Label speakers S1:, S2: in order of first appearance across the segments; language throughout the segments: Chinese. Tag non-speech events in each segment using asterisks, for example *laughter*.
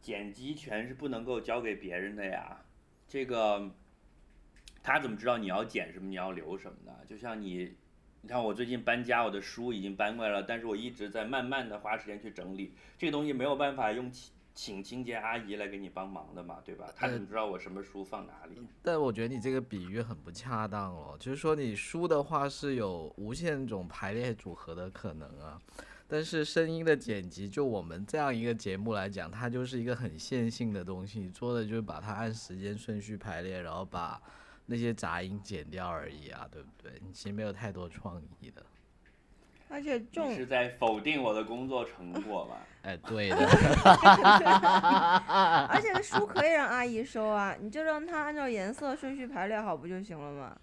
S1: 剪辑权是不能够交给别人的呀。这个他怎么知道你要剪什么，你要留什么的？就像你，你看我最近搬家，我的书已经搬过来了，但是我一直在慢慢的花时间去整理，这个东西没有办法用请请清洁阿姨来给你帮忙的嘛，对吧？他
S2: 呃
S1: 怎么知道我什么书放哪里？
S3: 但我觉得你这个比喻很不恰当哦，就是说你书的话是有无限种排列组合的可能啊，但是声音的剪辑，就我们这样一个节目来讲，它就是一个很线性的东西，你做的就是把它按时间顺序排列，然后把那些杂音剪掉而已啊，对不对？你其实没有太多创意的。
S2: 而且这
S1: 你是
S2: 种
S1: 在否定我的工作成果
S2: *laughs*
S1: 吧？
S3: 哎，对的，
S2: 啊而且这书可以让阿姨收啊，你就让她按照颜色顺序排列好不就行了吗？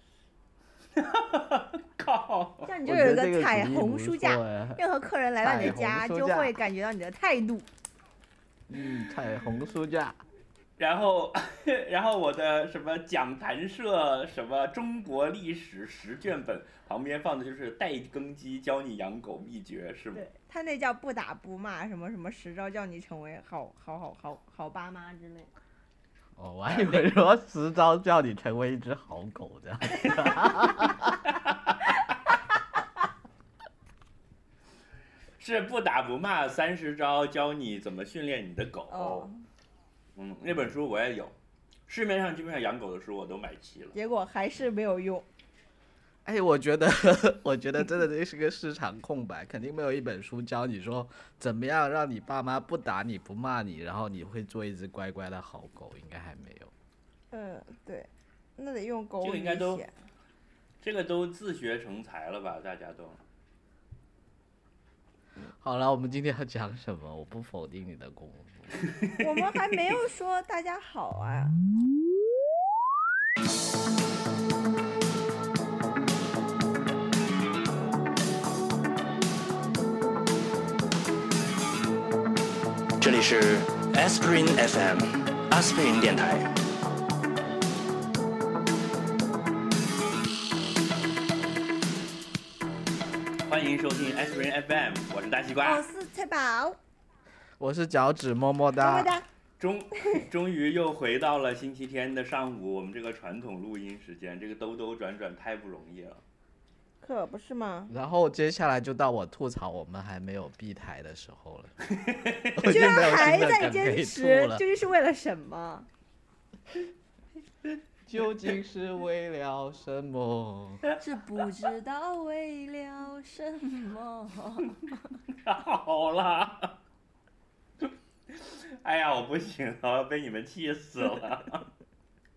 S1: 靠！
S2: 这样你
S4: 我
S2: 就
S4: 觉
S2: 有
S4: 得
S2: 一
S4: 这个
S2: 彩
S4: 主意
S2: 虹
S4: 不
S2: 书架，
S4: 错
S3: *laughs*
S4: 哎
S2: 任何客人来到你的
S4: 彩
S2: 家
S4: 虹书
S2: 就
S4: 架
S2: 会感觉到你的态度。
S4: 嗯，彩虹书架，
S1: 然后， *laughs* 然后我的什么讲坛社什么中国历史十卷本旁边放的就是带耕机教你养狗秘诀，是吗？
S2: 对他那叫不打不骂，什么什么十招叫你成为好好好好好爸妈之类。
S4: 哦，我还以为说十招叫你成为一只好狗这样。
S1: 是不打不骂三十招教你怎么训练你的狗。
S2: 哦，
S1: 嗯，那本书我也有，市面上基本上养狗的书我都买齐了。
S2: 结果还是没有用。
S3: 哎，我觉得， *laughs* 我觉得真的这是个市场空白，肯定没有一本书教你说怎么样让你爸妈不打你不骂你，然后你会做一只乖乖的好狗，应该还没有。
S2: 嗯，对，那得用狗
S1: 这个
S2: 语
S1: 应该都
S2: 写。
S1: 这个都自学成才了吧？大家都
S3: 好了，我们今天要讲什么？我不否定你的功夫。
S2: 我们还没有说大家好啊。
S5: 这里是 S Green FM 阿斯匹林电台。
S1: 欢迎收听 S Rain FM，我是大西瓜
S2: 我。哦是菜宝，
S3: 我是脚趾，么么
S2: 么么
S3: 哒。
S2: 哒。
S1: 终 *laughs* 终于又回到了星期天的上午，我们这个传统录音时间，这个兜兜转转太不容易了。 *laughs*
S2: 可不是吗？
S3: 然后接下来就到我吐槽我们还没有闭台的时候了，
S2: *laughs*
S3: 我已
S2: 居
S3: 经
S2: 然
S3: 没有
S2: 还
S3: 新的
S2: 在
S3: 梗可
S2: 坚
S3: 以
S2: 持
S3: 吐，了
S2: 究。竟是为了什
S1: *laughs*
S2: 么？
S3: 究竟是为了什么？ *laughs*
S2: 是不知道为了什么。
S1: 好啦， *laughs* 哎呀，我不行了，我要被你们气死了。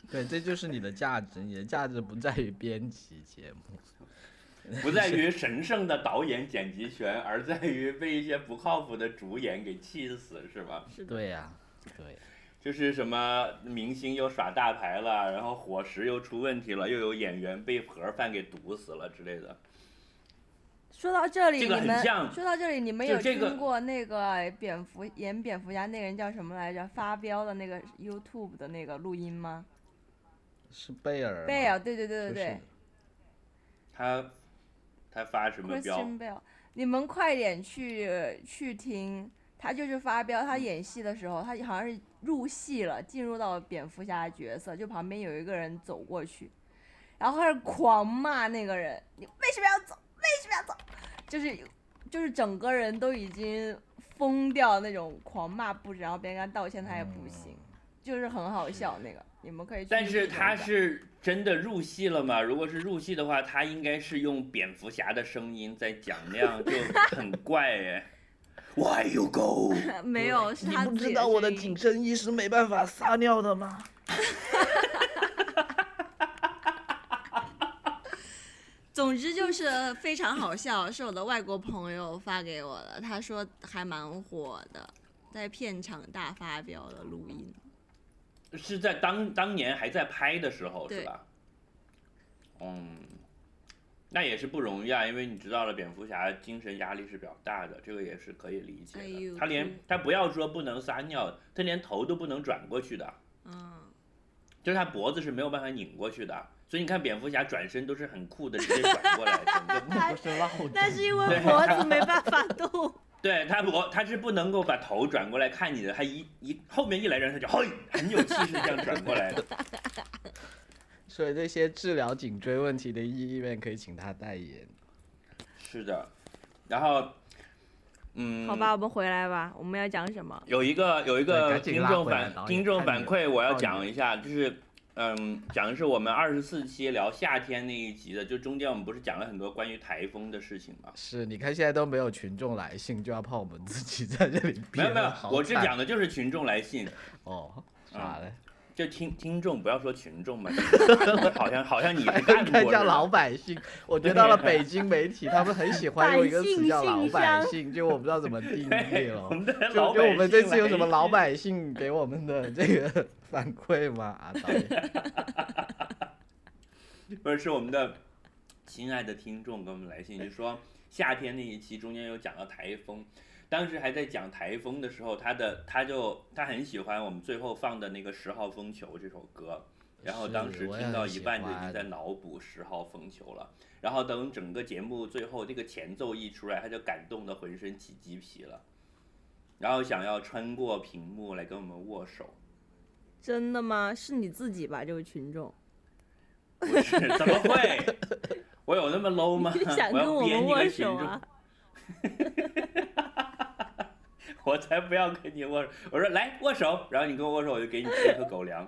S3: 对，这就是你的价值，你的价值不在于编辑节目。
S1: 不在于神圣的导演剪辑权， *laughs* 而在于被一些不靠谱的主演给气死，是吧？
S2: 是的。
S3: 对呀、对。
S1: 就是什么明星又耍大牌了，然后伙食又出问题了，又有演员被盒饭给毒死了之类的。
S2: 说到这里，
S1: 这个
S2: 你
S1: 很
S2: 们
S1: 像
S2: 说到这里，你们
S1: 就
S2: 有
S1: 这个
S2: 听过那个蝙蝠演蝙蝠侠那个人叫什么来着？发飙的那个 YouTube 的那个录音吗？
S3: 是贝尔吗，
S2: 贝尔，对对对对
S3: 就是
S2: 对
S1: 他他发什么飙？
S2: ，Christian Bale，你们快点去去听，他就是发飙，
S1: 嗯
S2: 他演戏的时候，他好像是入戏了，进入到蝙蝠侠的角色，就旁边有一个人走过去，然后开始狂骂那个人，你为什么要走？为什么要走？就是就是整个人都已经疯掉那种狂骂不止，然后别人跟他道歉他也不行，就是很好笑那个，你们可以去
S1: 嗯但
S2: 听
S1: 是
S2: 这种
S1: 他
S2: 版
S1: 是真的入戏了吗？如果是入戏的话，他应该是用蝙蝠侠的声音在讲，那样就很怪哎。Why you go？
S2: *laughs* 没有，是他自己的声音
S4: 身意识没办法撒尿的
S2: *laughs*
S4: 吗？
S2: 总之就是非常好笑，是我的外国朋友发给我的，他说还蛮火的，在片场大发表的录音。
S1: 是在当当年还在拍的时候是
S2: 对
S1: 吧？嗯，那也是不容易啊，因为你知道了，蝙蝠侠精神压力是比较大的，这个也是可以理解
S2: 哎
S1: 的。
S2: 呦
S1: 他连
S2: 嗯
S1: 他不要说不能撒尿，他连头都不能转过去的，
S2: 嗯，
S1: 就是他脖子是没有办法拧过去的。所以你看，蝙蝠侠转身都
S2: *laughs*
S1: 是很酷的，直接转过来，整个
S4: 那不是绕
S2: 哎但是因为
S1: 对
S2: 脖子没办法动，
S1: 对他我他是不能够把头转过来看你的，他一一后面一来人他就嘿，很有气势这样转过
S2: *laughs*
S1: 来的。
S3: *laughs* 所以这些治疗颈椎问题的医院可以请他代言。
S1: 是的，然后
S6: *laughs*
S1: 嗯，
S6: 好吧，我们回来吧，我们要讲什么？
S1: 有一个有
S4: 对
S1: 一个
S4: 赶紧
S1: 听
S4: 拉
S1: 众
S4: 回来
S1: 反
S4: 导演
S1: 听众
S4: 看
S1: 反
S4: 你
S1: 馈，我要
S4: 导演
S1: 讲一下，就是嗯，讲的是我们二十四期聊夏天那一集的，就中间我们不是讲了很多关于台风的事情吗？
S3: 是，你看现在都没有群众来信，就要怕我们自己在这里
S1: 没
S3: 憋
S1: 有没有
S3: 得，好
S1: 我这
S3: 惨
S1: 讲的嗯就是群众来信，
S3: 哦，咋了？
S1: 就听听众不要说群众
S3: *laughs*
S1: 嘛，好像好像你是干
S3: 应
S1: 过
S3: 该
S1: 似
S3: 叫
S1: 的
S3: 老百姓。我觉得到了北京媒体，他们很喜欢用一个词叫老
S6: 百
S3: 百
S6: 姓
S3: 姓，就我不知道怎么定义
S1: 对，
S3: 了
S1: 我。们 *laughs* 的
S3: 就
S1: 老
S3: 就
S1: 百
S3: 我们这
S1: 姓
S3: 次有什么
S1: 来 *laughs*
S3: 老
S1: 信
S3: 百姓给我们的这个 *laughs* 反馈吗？啊，导演，
S1: 不是，是我们的亲爱的听众给我们来 *laughs* 信，就说夏天那一期中间有讲到台风，当时还在讲台风的时候，他的他就他很喜欢我们最后放的那个《十号风球》这首歌，然后
S3: 是
S1: 当时
S3: 我也
S1: 听到
S3: 很
S1: 一
S3: 喜
S1: 半就已经
S3: 欢
S1: 在脑补《十号风球》了，然后等整个节目最后这个前奏一出来，他就感动的浑身起鸡皮了，然后想要穿过屏幕来跟我们握手。
S6: 真的吗？是你自己吧，这位群众，
S1: *laughs* 不是，怎么会？ *laughs* 我有那么 low 吗？
S6: 你想跟
S1: 我
S6: 我
S1: 要编
S6: 们
S1: 一个
S6: 握
S1: 群
S6: 手
S1: 众，
S6: 啊？
S1: 我才不要跟你握手。我说来握手，然后你跟我握手，我就给你吃一颗狗粮。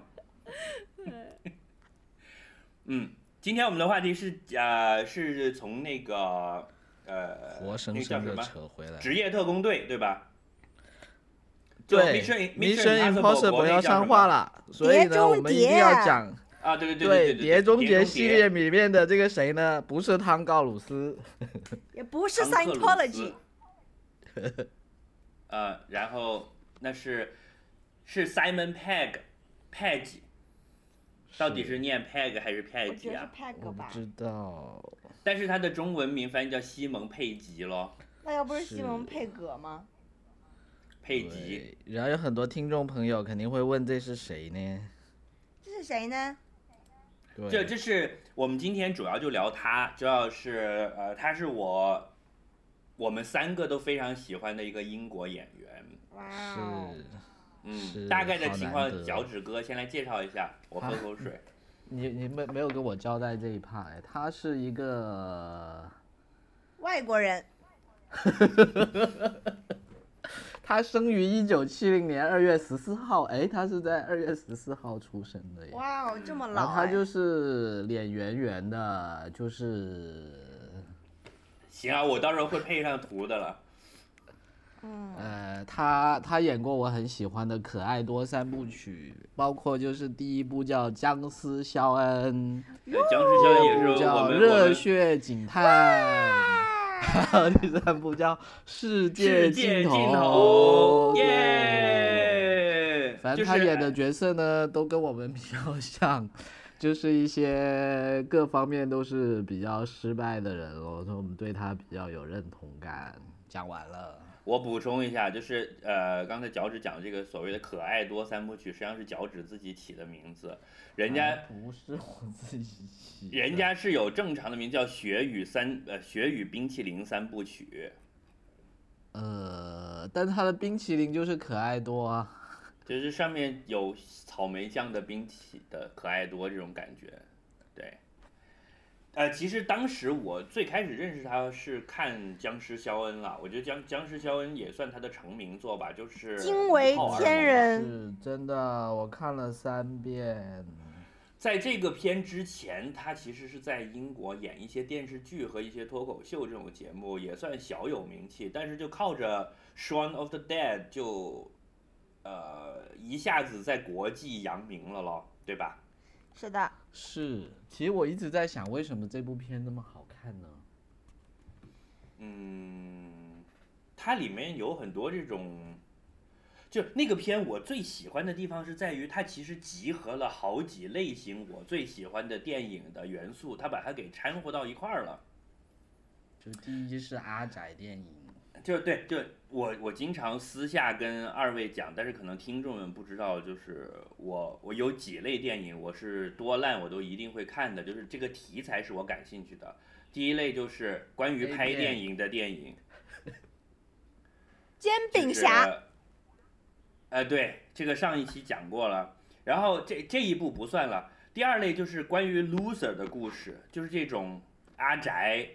S3: *laughs*
S1: 嗯，今天我们的话题是呃，是从那个呃，
S3: 活生
S1: 那个叫
S3: 生
S1: 什
S3: 的
S1: 么？
S3: 扯回来。
S1: 职业特工队对吧？就
S3: 对
S1: Mission
S3: ，Mission
S1: Impossible
S3: Impossible 要上画
S1: 了
S3: 了，所以
S2: 碟
S3: 呢，
S2: 中
S3: 我们一定
S2: 谍
S3: 要讲
S1: 啊！对对对
S3: 对《
S1: 对，
S3: 碟中谍》
S1: 谍
S3: 系列里面的这个谁呢？不是汤告鲁斯，
S2: 也不是
S1: 唐克鲁斯
S2: Scientology，
S1: 呃，然后那是是 Simon Pegg Pegg，到底是念 Pegg 还是
S2: 我
S1: Pegg
S2: 觉得是
S1: 啊？
S3: 我
S2: Peg
S3: 不
S2: 吧？
S3: 知道。
S1: 但是它的中文名翻译叫西蒙佩吉咯，
S2: 那要不是
S3: 是
S2: 西蒙佩格吗？
S1: 佩吉。
S3: 对，然后有很多听众朋友肯定会问这是谁呢？
S2: 这是谁呢？
S3: 对，
S1: 这这是我们今天主要就聊他，主要是呃，他是我我们三个都非常喜欢的一个英国演员。
S2: 哇哦，
S3: 是
S1: 嗯，
S3: 是
S1: 大概的
S3: 好
S1: 情
S3: 难
S1: 况，
S3: 得啊
S1: 脚趾哥先来介绍一下。我喝口水。
S3: 你你没没有跟我交代这一趴哎，他是一个
S2: 外国人，
S3: 他生于一九七零年二月十四号，哎，他是在二月十四号出生的耶。
S2: 哇哦，这么
S3: 然
S2: 老
S3: 后
S2: 哎、
S3: 他就是脸圆圆的，就是
S1: 行啊，我到时候会配上图的了。
S2: 嗯
S3: 呃，他他演过我很喜欢的《可爱多》三部曲，包括就是第一部叫《僵尸肖恩
S1: 对，哎僵尸肖恩也》，
S3: 哦
S1: 是我
S3: 叫《
S1: 们我
S3: 热
S1: 们
S3: 血警探》，还有 *laughs* 第三部叫《世界
S1: 世界
S3: 头》
S1: 头，
S3: 对
S1: 耶！
S3: 反
S1: 就
S3: 正他
S1: 是哎
S3: 演的角色呢，都跟我们比较像，就是一些各方面都是比较失败的人哦，所以我们对他比较有认同感。讲完了，
S1: 我补充一下，就是呃，刚才脚趾讲的这个所谓的“可爱多”三部曲，实际上是脚趾自己起的名字，人家、
S3: 啊不是我自己起的，
S1: 人家是有正常的名字叫“雪与三”呃“雪与冰淇淋三部曲
S3: 呃，但他的冰淇淋就是可爱多啊，”，
S1: 就是上面有草莓酱的冰淇的可爱多这种感觉，对。呃，其实当时我最开始认识他是看《僵尸肖恩》啦，我觉得僵《僵尸肖恩》也算他的成名作吧，就是
S2: 惊为
S1: 好玩
S2: 哎天
S1: 嘛
S2: 人，
S3: 是真的，我看了三遍。
S1: 在这个片之前，他其实是在英国演一些电视剧和一些脱口秀这种节目，也算小有名气。但是就靠着《Shaun of the Dead》就，呃，一下子在国际扬名了咯，对吧？
S2: 是的，
S3: 是，其实我一直在想，为什么这部片那么好看呢？
S1: 嗯，它里面有很多这种，就那个片我最喜欢的地方是在于它其实集合了好几类型我最喜欢的电影的元素，它把它给掺和到一块儿了。
S3: 就第一是阿宅电影，
S1: 就对，就我我经常私下跟二位讲，但是可能听众们不知道，就是我我有几类电影我是多烂我都一定会看的，就是这个题材是我感兴趣的。第一类就是关于
S3: A
S1: 拍
S3: 片
S1: 电影的电影，
S2: 煎
S1: 就是
S2: 饼侠，
S1: 呃，对，这个上一期讲过了。然后这这一部不算了。第二类就是关于 loser 的故事，就是这种阿宅，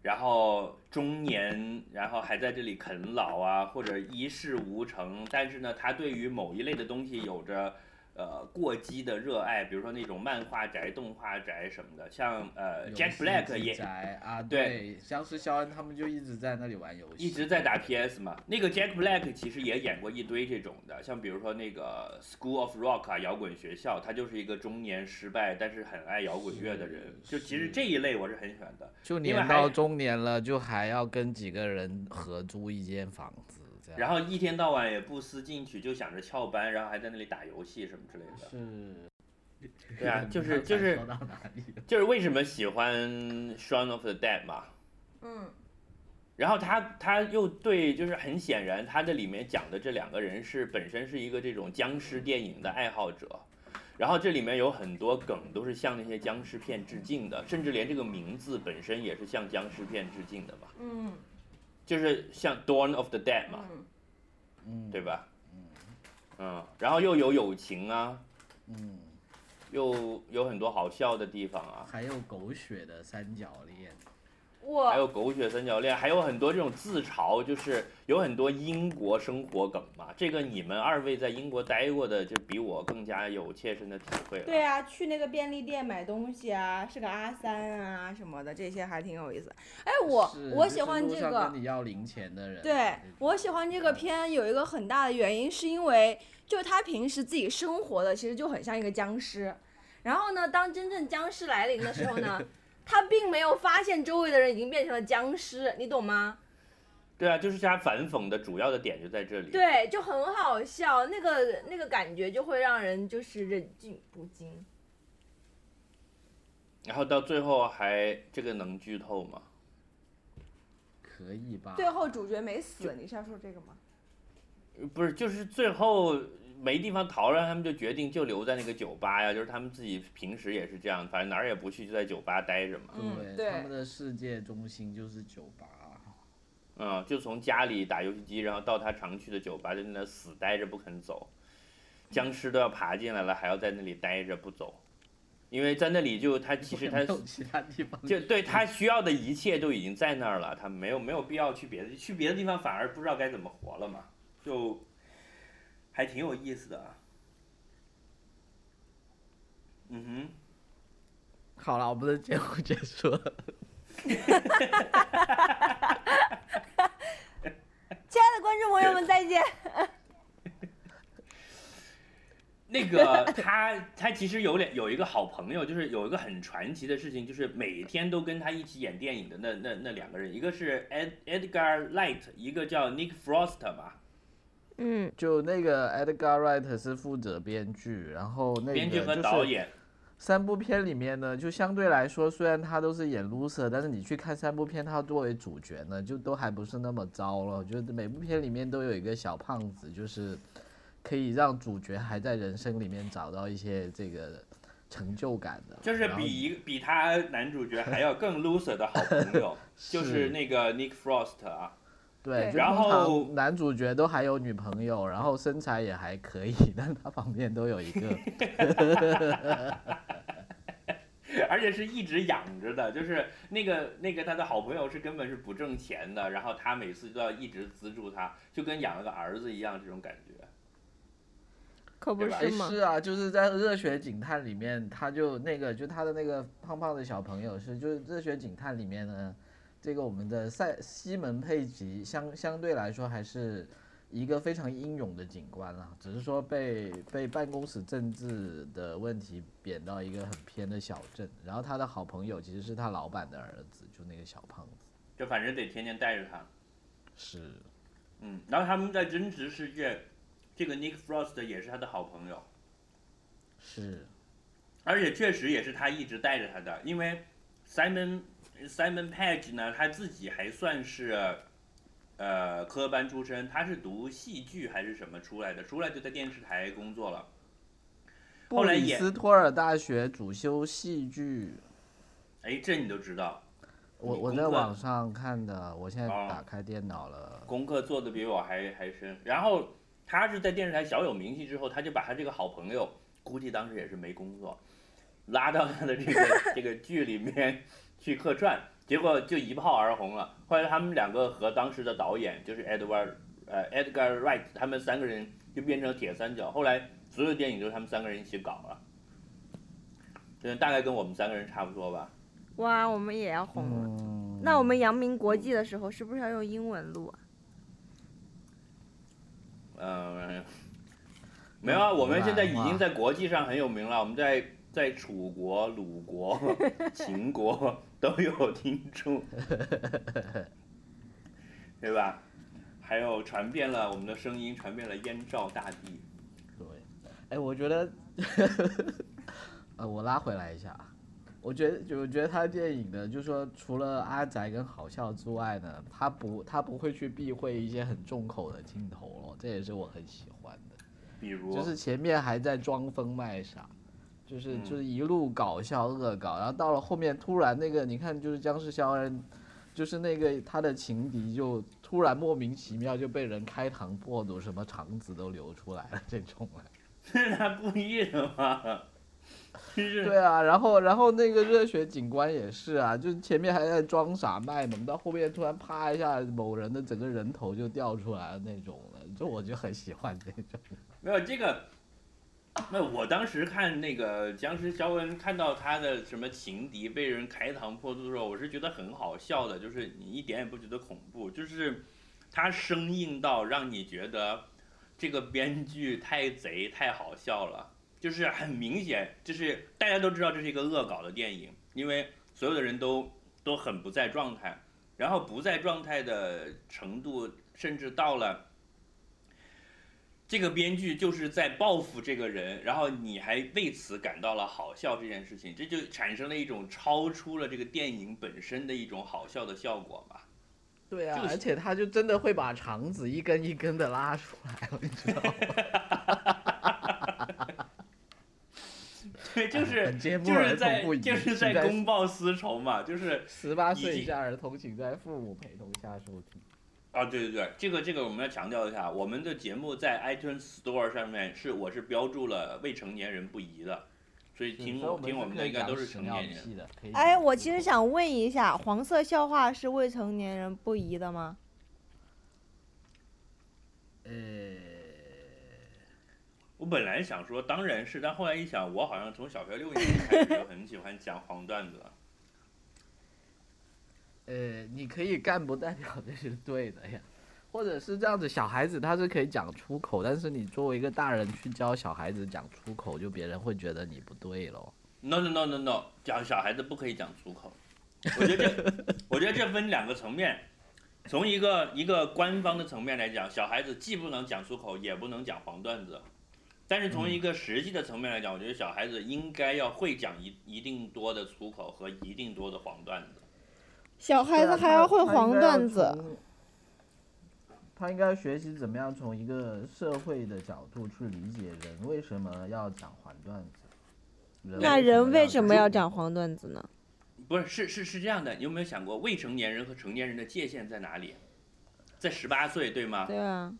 S1: 然后中年，然后还在这里啃老啊，或者一事无成，但是呢，他对于某一类的东西有着呃过激的热爱，比如说那种漫画宅、动画宅什么的，像呃 Jack Black 也
S3: 宅啊，
S1: 对
S3: 对，像是肖恩他们就一直在那里玩游戏，
S1: 一直在打 PS 嘛。那个 Jack Black 其实也演过一堆这种的，像比如说那个 School of Rock 啊，摇滚学校，他就是一个中年失败但是很爱摇滚乐的人。
S3: 是
S1: 就其实
S3: 是
S1: 这一类我是很喜欢的。
S3: 就
S1: 另外
S3: 年
S1: 还
S3: 到中年了，就还要跟几个人合租一间房子，这样。
S1: 然后一天到晚也不思进取，就想着翘班，然后还在那里打游戏什么之类的。
S4: 是，
S1: 对
S4: *laughs*
S1: 啊，就是就是
S4: 说到哪里了？
S1: 就是为什么喜欢 Shaun of the Dead 嘛，
S2: 嗯，
S1: 然后他他又对，就是很显然，他这里面讲的这两个人是本身是一个这种僵尸电影的爱好者，然后这里面有很多梗都是向那些僵尸片致敬的，甚至连这个名字本身也是向僵尸片致敬的嘛，
S2: 嗯
S1: 就是像 Dawn of the Dead 嘛，
S2: 嗯，
S3: 嗯，
S1: 对吧？嗯，然后又有友情啊，
S3: 嗯，
S1: 又有很多好笑的地方啊，
S3: 还有狗血的三角恋，
S1: 还
S6: 我
S1: 有狗血三角恋，还有很多这种自嘲，就是有很多英国生活梗嘛。这个你们二位在英国待过的，就比我更加有切身的体会了。
S2: 对啊，去那个便利店买东西啊，是个阿三啊什么的，这些还挺有意思。哎，我
S3: 是
S2: 我
S3: 就是
S2: 喜欢
S3: 路
S2: 这
S3: 上
S2: 个，
S3: 跟你要零钱的嗯人，啊
S2: 对我喜欢这个片有一个很大的原因，是因为就他平时自己生活的其实就很像一个僵尸，然后呢，当真正僵尸来临的时候呢，他并没有发现周围的人已经变成了僵尸，你懂吗？
S1: 对啊，就是他反讽的主要的点就在这里。
S2: 对，就很好笑，那个那个感觉就会让人就是忍俊不禁。
S1: 然后到最后还这个能剧透吗？
S3: 可以吧？
S2: 最后主角没死，你是要说这个吗？
S1: 不是，就是最后没地方逃了，他们就决定就留在那个酒吧呀，就是他们自己平时也是这样，反正哪儿也不去，就在酒吧待着嘛。
S2: 嗯
S3: 对，他
S2: 对
S3: 们的世界中心就是酒吧。
S1: 嗯，就从家里打游戏机，然后到他常去的酒吧，在那死待着不肯走，僵尸都要爬进来了，还要在那里待着不走，因为在那里就他其实
S3: 也
S1: 他
S3: 没有嗯其他地方
S1: 就对他需要的一切都已经在那儿了，他没有没有必要去别的去别的地方，反而不知道该怎么活了嘛，就还挺有意思的啊。嗯哼。
S3: 好了，我们的节目结束了。
S2: 亲爱的观众朋友们，再见。
S1: 那
S3: *laughs*
S1: 个他他其实有两有一个好朋友，就是有一个很传奇的事情，就是每天都跟他一起演电影的那那那两个人，一个是 Ed Edgar Light，一个叫 Nick Frost 吧，
S2: *laughs* 嗯，
S3: 就那个 Edgar Wright 是负责编剧，然后那
S1: 编剧
S3: 个
S1: 和
S3: 哎就
S1: 导
S3: 是
S1: 演。
S3: 三部片里面呢，就相对来说，虽然他都是演 loser，但是你去看三部片，他作为主角呢，就都还不是那么糟了。就是每部片里面都有一个小胖子，就是可以让主角还在人生里面找到一些这个成就感的。
S1: 就是
S3: 然后
S1: 比一个比他男主角还要更 loser 的好朋
S3: *laughs*
S1: 友，就是
S3: 是
S1: 那个 Nick Frost 啊，
S3: 对，
S2: 对
S3: 就
S1: 然
S3: 通常
S1: 后
S3: 男主角都还有女朋友，然后身材也还可以， *laughs* 但他旁边都有一个
S1: 而且是一直养着的，就是那个那个他的好朋友是根本是不挣钱的，然后他每次都要一直资助他，就跟养了个儿子一样这种感觉。
S6: 可不
S1: 对吧
S6: 是
S3: 哎
S6: 嘛，
S3: 是啊，就是在《热血警探》里面，他就那个，就他的那个胖胖的小朋友是，就是《热血警探》里面呢，这个我们的塞西门佩吉相相对来说还是一个非常英勇的警官啊，只是说被被办公室政治的问题贬到一个很偏的小镇，然后他的好朋友其实是他老板的儿子，就那个小胖子，
S1: 就反正得天天带着他。
S3: 是
S1: 嗯，然后他们在真实世界，这个 Nick Frost 也是他的好朋友，
S3: 是，
S1: 而且确实也是他一直带着他的，因为 Simon Simon Page 呢，他自己还算是。呃，科班出身，他是读戏剧还是什么出来的？出来就在电视台工作了。后
S3: 布
S1: 来
S3: 里
S1: 也
S3: 斯托尔大学主修戏剧，
S1: 哎，这你都知道？
S3: 我
S1: 你
S3: 我
S1: 功
S3: 在
S1: 课
S3: 网上看的，我现在
S1: 哦
S3: 打开电脑了。
S1: 功课做的比我还还深。然后他是在电视台小有名气之后，他就把他这个好朋友，估计当时也是没工作，拉到他的这个这个剧里面去客串，结果就一炮而红了。后来他们两个和当时的导演就是 Edward 呃 Edgar Wright 他们三个人就变成铁三角，后来所有电影都是他们三个人一起搞了。对，大概跟我们三个人差不多吧。
S2: 哇，我们也要红了。
S3: 嗯，
S2: 那我们扬名国际的时候，是不是要用英文录啊？
S1: 嗯，没有啊，我们现在已经在国际上很有名了，我们在在楚国、鲁
S3: *laughs*
S1: 国、秦国都有听众，对吧？还有传遍了我们的声音，传遍了燕赵大地。
S3: 对，哎，我觉得，呃，我拉回来一下啊，我觉得，我觉得他电影呢，就是说除了阿宅跟好笑之外呢，他不，他不会去避讳一些很重口的镜头咯，这也是我很喜欢的。
S1: 比如，
S3: 就是前面还在装疯卖傻，就是就是一路搞笑恶搞，然后到了后面突然那个，你看就是僵尸肖恩。就是那个他的情敌就突然莫名其妙就被人开膛破肚，什么肠子都流出来了 *laughs* 这种啊
S1: 是他故意的吗？是
S3: 对啊，然后然后那个热血警官也是啊，就是前面还在装傻卖萌，到后面突然啪一下，某人的整个人头就掉出来了那种的，就我就很喜欢这种。
S1: 没有这个。那我当时看那个僵尸肖恩，看到他的什么情敌被人开膛破肚的时候，我是觉得很好笑的，就是你一点也不觉得恐怖，就是他生硬到让你觉得这个编剧太贼太好笑了，就是很明显，就是大家都知道这是一个恶搞的电影，因为所有的人都都很不在状态，然后不在状态的程度甚至到了。这个编剧就是在报复这个人，然后你还为此感到了好笑这件事情，这就产生了一种超出了这个电影本身的一种好笑的效果吧。
S3: 对啊
S1: 就是
S3: 而且他就真的会把肠子一根一根的拉出来，你知道吗？ *laughs*
S1: 对，就是
S3: 本节目
S1: 就是
S3: 啊儿童
S1: 在
S3: 不宜，
S1: 就是在公报私仇嘛，就是
S3: 十八
S1: 已
S3: 岁以
S1: 经
S3: 下儿童请在父母陪同下收听。
S1: 啊，对对对，这个这个我们要强调一下，我们的节目在 iTunes Store 上面是我是标注了未成年人不宜的，所以听
S3: 所以
S1: 听
S3: 是
S1: 我们
S3: 可
S1: 的
S3: 以
S1: 应该
S3: 讲
S1: 都是
S3: 屎
S1: 成
S3: 尿
S1: 年人。
S3: 屁的。可以
S2: 哎，
S3: 讲
S2: 我
S3: 屎
S2: 其实
S3: 尿
S2: 想问一下，黄色笑话是未成年人不宜的吗？
S3: 呃
S1: 我本来想说当然是，但后来一想，我好像从小学六年级开始就很喜欢讲黄段子了。
S3: 呃，你可以干，不代表这是对的呀。或者是这样子，小孩子他是可以讲出口，但是你作为一个大人去教小孩子讲出口，就别人会觉得你不对咯。
S1: No no no no no，讲小孩子不可以讲粗口。我觉得这，我觉得这分两个层面，从一个一个官方的层面来讲，小孩子既不能讲粗口，也不能讲黄段子。但是从一个实际的层面来讲，我觉得小孩子应该要会讲一一定多的粗口和一定多的黄段子。
S2: 小孩
S3: 对
S2: 子
S3: 啊
S2: 还要会黄段子，。
S3: 他应该要从他应该学习怎么样从一个社会的角度去理解人为什么要讲黄段子。
S2: 那人为什么要
S3: 讲
S2: 讲黄段子呢？
S1: 不是，是是是这样的，你有没有想过未成年人和成年人的界限在哪里？在十八岁，对吗？
S2: 对啊，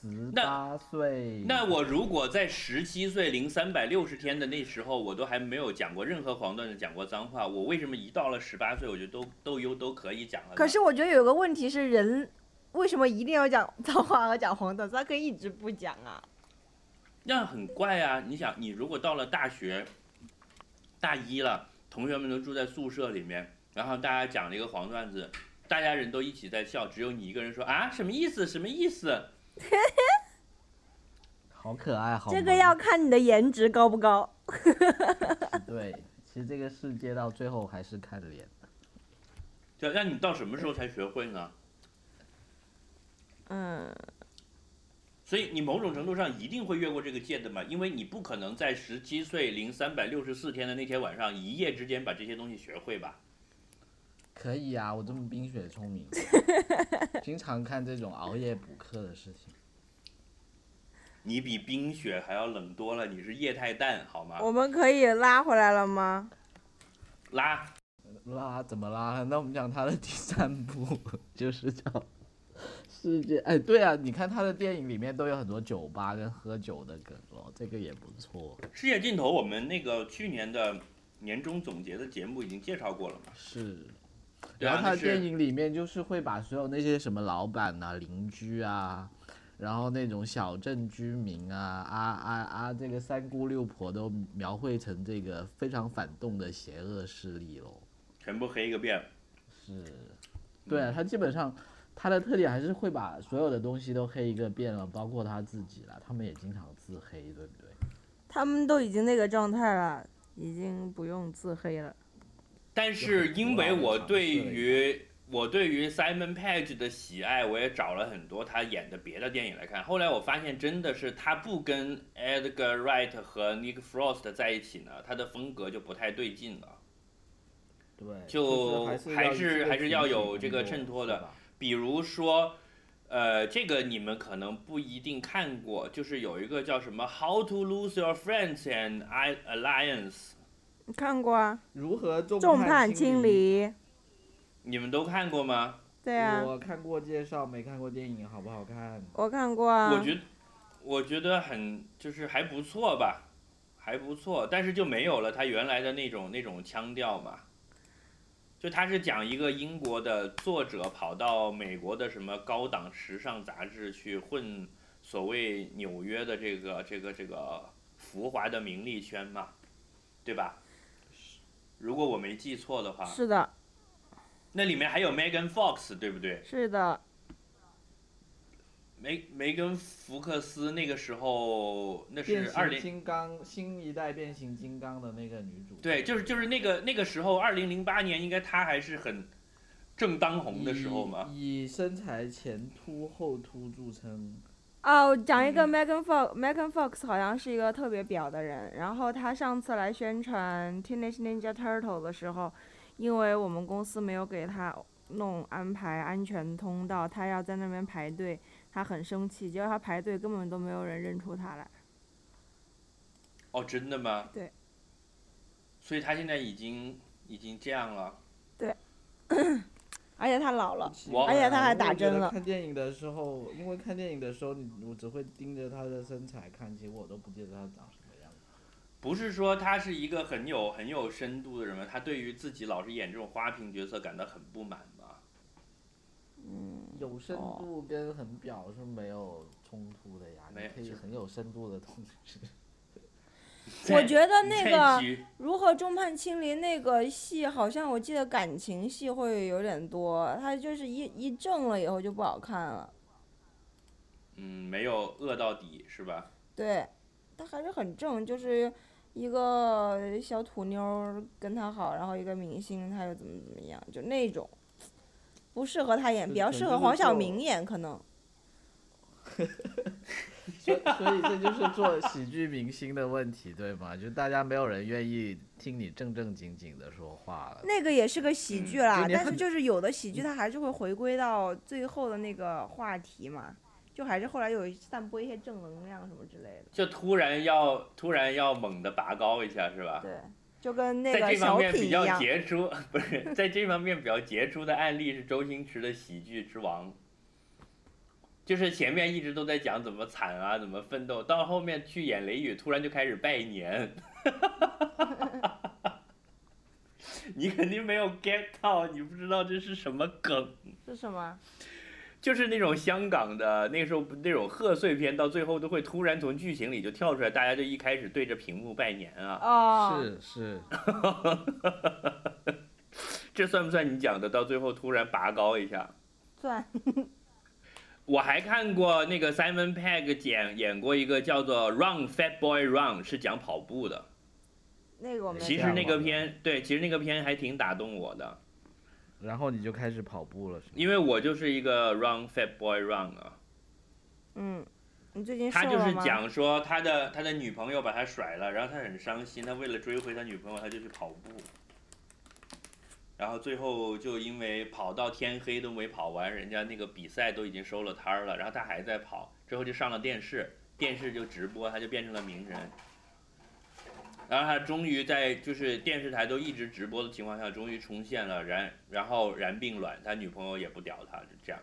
S3: 十八岁？
S1: 那我如果在十七岁零三百六十天的那时候，我都还没有讲过任何黄段子，讲过脏话，我为什么一到了十八岁，我就都都优都可以讲了呢？
S2: 可是我觉得有个问题是人，为什么一定要讲脏话和讲黄段子？他可以一直不讲啊。
S1: 那样很怪啊！你想，你如果到了大学，大一了，同学们都住在宿舍里面，然后大家讲了一个黄段子，大家人都一起在笑，只有你一个人说啊，什么意思？什么意思？
S3: 好可爱，好
S2: 这个
S3: 萌
S2: 要看你的颜值高不高。
S3: 对。其实这个世界到最后还是看脸。
S1: 对，那你到什么时候才学会呢？
S2: 嗯，
S1: 所以你某种程度上一定会越过这个界的嘛，因为你不可能在十七岁零三百六十四天的那天晚上一夜之间把这些东西学会吧？
S3: 可以啊，我这么冰雪聪
S2: *laughs*
S3: 明，经常看这种熬夜补课的事情。
S1: 你比冰雪还要冷
S6: 嗯
S1: 多
S3: 哦
S1: 了，你是液态氮好吗？
S2: 我们可以拉回来了吗？
S1: 拉，
S3: 拉怎么拉？那我们讲他的第三部 *laughs* 就是叫《 *laughs* 世界》。哎，对啊，你看他的电影里面都有很多酒吧跟喝酒的梗咯，这个也不错。
S1: 世界尽头，我们那个去年的年终总结的节目已经介绍过了嘛？
S3: 是。
S1: 对啊
S3: 然后他
S1: 那
S3: 的
S1: 是
S3: 电影里面就是会把所有那些什么老板啊、邻居啊，然后那种小镇居民啊、啊啊啊这个三姑六婆都描绘成这个非常反动的邪恶势力咯。
S1: 全部黑一个遍。
S3: 是，对
S6: 嗯
S3: 啊，他基本上他的特点还是会把所有的东西都黑一个遍了，包括他自己了，他们也经常自黑，对不对？
S6: 他们都已经那个状态了，已经不用自黑了。
S1: 但是因为我对
S3: 就很古老
S1: 于我对于 Simon Page 的喜爱，我也找了很多他演的别的电影来看。后来我发现，真的是他不跟 Edgar Wright 和 Nick Frost 在一起呢，他的风格就不太对劲了。
S3: 对，
S1: 就
S3: 就是
S1: 还
S3: 还
S1: 是还是要有这个
S3: 个群
S1: 衬
S3: 体
S1: 托
S3: 工作
S1: 的，
S3: 是吧
S1: 比如说，呃，这个你们可能不一定看过，就是有一个叫什么《How to Lose Your Friends and I Alliance》，
S6: 你看过啊，
S4: 如何众
S6: 《众叛亲
S4: 离？
S6: 离》。
S1: 你们都看过吗？
S6: 对啊，
S3: 我看过介绍，没看过电影，好不好看？
S6: 我看过啊。
S1: 我
S2: 嗯
S1: 觉我觉得很就是还不错吧，还不错，但是就没有了他原来的那种那种腔调嘛。就他是讲一个英国的作者跑到美国的什么高档时尚杂志去混所谓纽约的这个这个这个浮华的名利圈嘛，对吧？如果我没记错的话，
S6: 是的，
S1: 那里面还有 Megan Fox，对不对？
S6: 是的，
S1: 梅梅根福克斯那个时候那
S3: 变
S1: 是二
S3: 形
S1: 零
S3: 金刚新一代变形金刚的那个女主，
S1: 对，就是就是那个那个时候，二零零八年应该他还是很正当红的时候嘛。
S3: 以以身材前凸后凸著称，
S6: 哦，讲一个
S1: 嗯
S6: Megan Fox，Megan、Fox 好像是一个特别表的人。然后他上次来宣传《Teenage Ninja Turtle》的时候，因为我们公司没有给他弄安排安全通道，他要在那边排队，他很生气。结果他排队根本都没有人认出他来。
S1: 哦，真的吗？
S6: 对。
S1: 所以他现在已经已经这样了。
S6: 而且他老了，
S1: 我
S6: 而且他还
S3: 因为
S6: 打
S3: 觉
S6: 针
S3: 得
S6: 了
S3: 看电影的时候，因为看电影的时候，你我只会盯着她的身材看，结果我都不记得她长什么样子。
S1: 不是说他是一个很有很有深度的人吗？他对于自己老是演这种花瓶角色感到很不满吗？
S3: 有深
S6: 哦
S3: 度跟很表是没有冲突的呀，
S1: 没
S3: 你
S1: 有
S3: 可以
S1: 就是
S3: 很有深度的同时，
S2: 我觉得那个
S1: 这一集
S2: 如何众叛亲离那个戏，好像我记得感情戏会有点多，它就是一一正了以后就不好看了。
S1: 嗯，没有饿到底是吧？
S2: 对，它还是很正，就是一个小土妞儿跟他好，然后一个明星他又怎么怎么样，就那种不适合他演，
S3: 就
S2: 比较
S3: 可能
S2: 适
S3: 就
S2: 合
S3: 是
S2: 黄晓
S3: 做
S2: 明演可能。
S3: 所以所以这就是做喜剧明星的问题，对吗？就大家没有人愿意听你正正经经的说话了。
S2: 那个也是个喜
S1: 嗯
S2: 剧啦，
S3: 就你
S2: 但是
S3: 很
S2: 就是有的喜剧它还是会回归到最后的那个话题嘛，就还是后来有散播一些正能量什么之类的。
S1: 就突然要突然要猛的拔高一下是吧？
S2: 对，就跟那
S1: 在
S2: 个
S1: 这方
S2: 小
S1: 面
S2: 品
S1: 比
S2: 一
S1: 较
S2: 样。
S1: 杰出，不是在这方面比较杰出的案例是周星驰的《喜剧之王》，就是前面一直都在讲怎么惨啊，怎么奋斗，到后面去演雷雨，突然就开始拜年， *laughs* 你肯定没有 get 到，你不知道这是什么梗。
S6: 是什么？
S1: 就是那种香港的那时候不那种贺岁片，到最后都会突然从剧情里就跳出来，大家就一开始对着屏幕拜年啊，
S2: 哦，
S3: 是是，
S1: 这算不算你讲的到最后突然拔高一下？
S2: 算
S1: 我还看过那个 Simon Pegg 演演过一个叫做《Run Fat Boy Run》，是讲跑步的。
S2: 那个我没
S1: 其
S2: 有
S1: 实那
S3: 哦这样
S1: 个
S3: 吗
S1: 片对，其实那个片还挺打动我的，
S3: 然后你就开始跑步了，是吗？
S1: 因为我就是一个 Run Fat Boy Run 啊。
S2: 嗯，你最近瘦
S1: 他就
S2: 了
S1: 是
S2: 吗？
S1: 讲说他的他的女朋友把他甩了，然后他很伤心，他为了追回他女朋友，他就去跑步，然后最后就因为跑到天黑都没跑完，人家那个比赛都已经收了摊儿了，然后他还在跑，之后就上了电视，电视就直播，他就变成了名人。然后他终于在就是电视台都一直直播的情况下，终于重现了然然后然并卵，他女朋友也不屌他，就这样。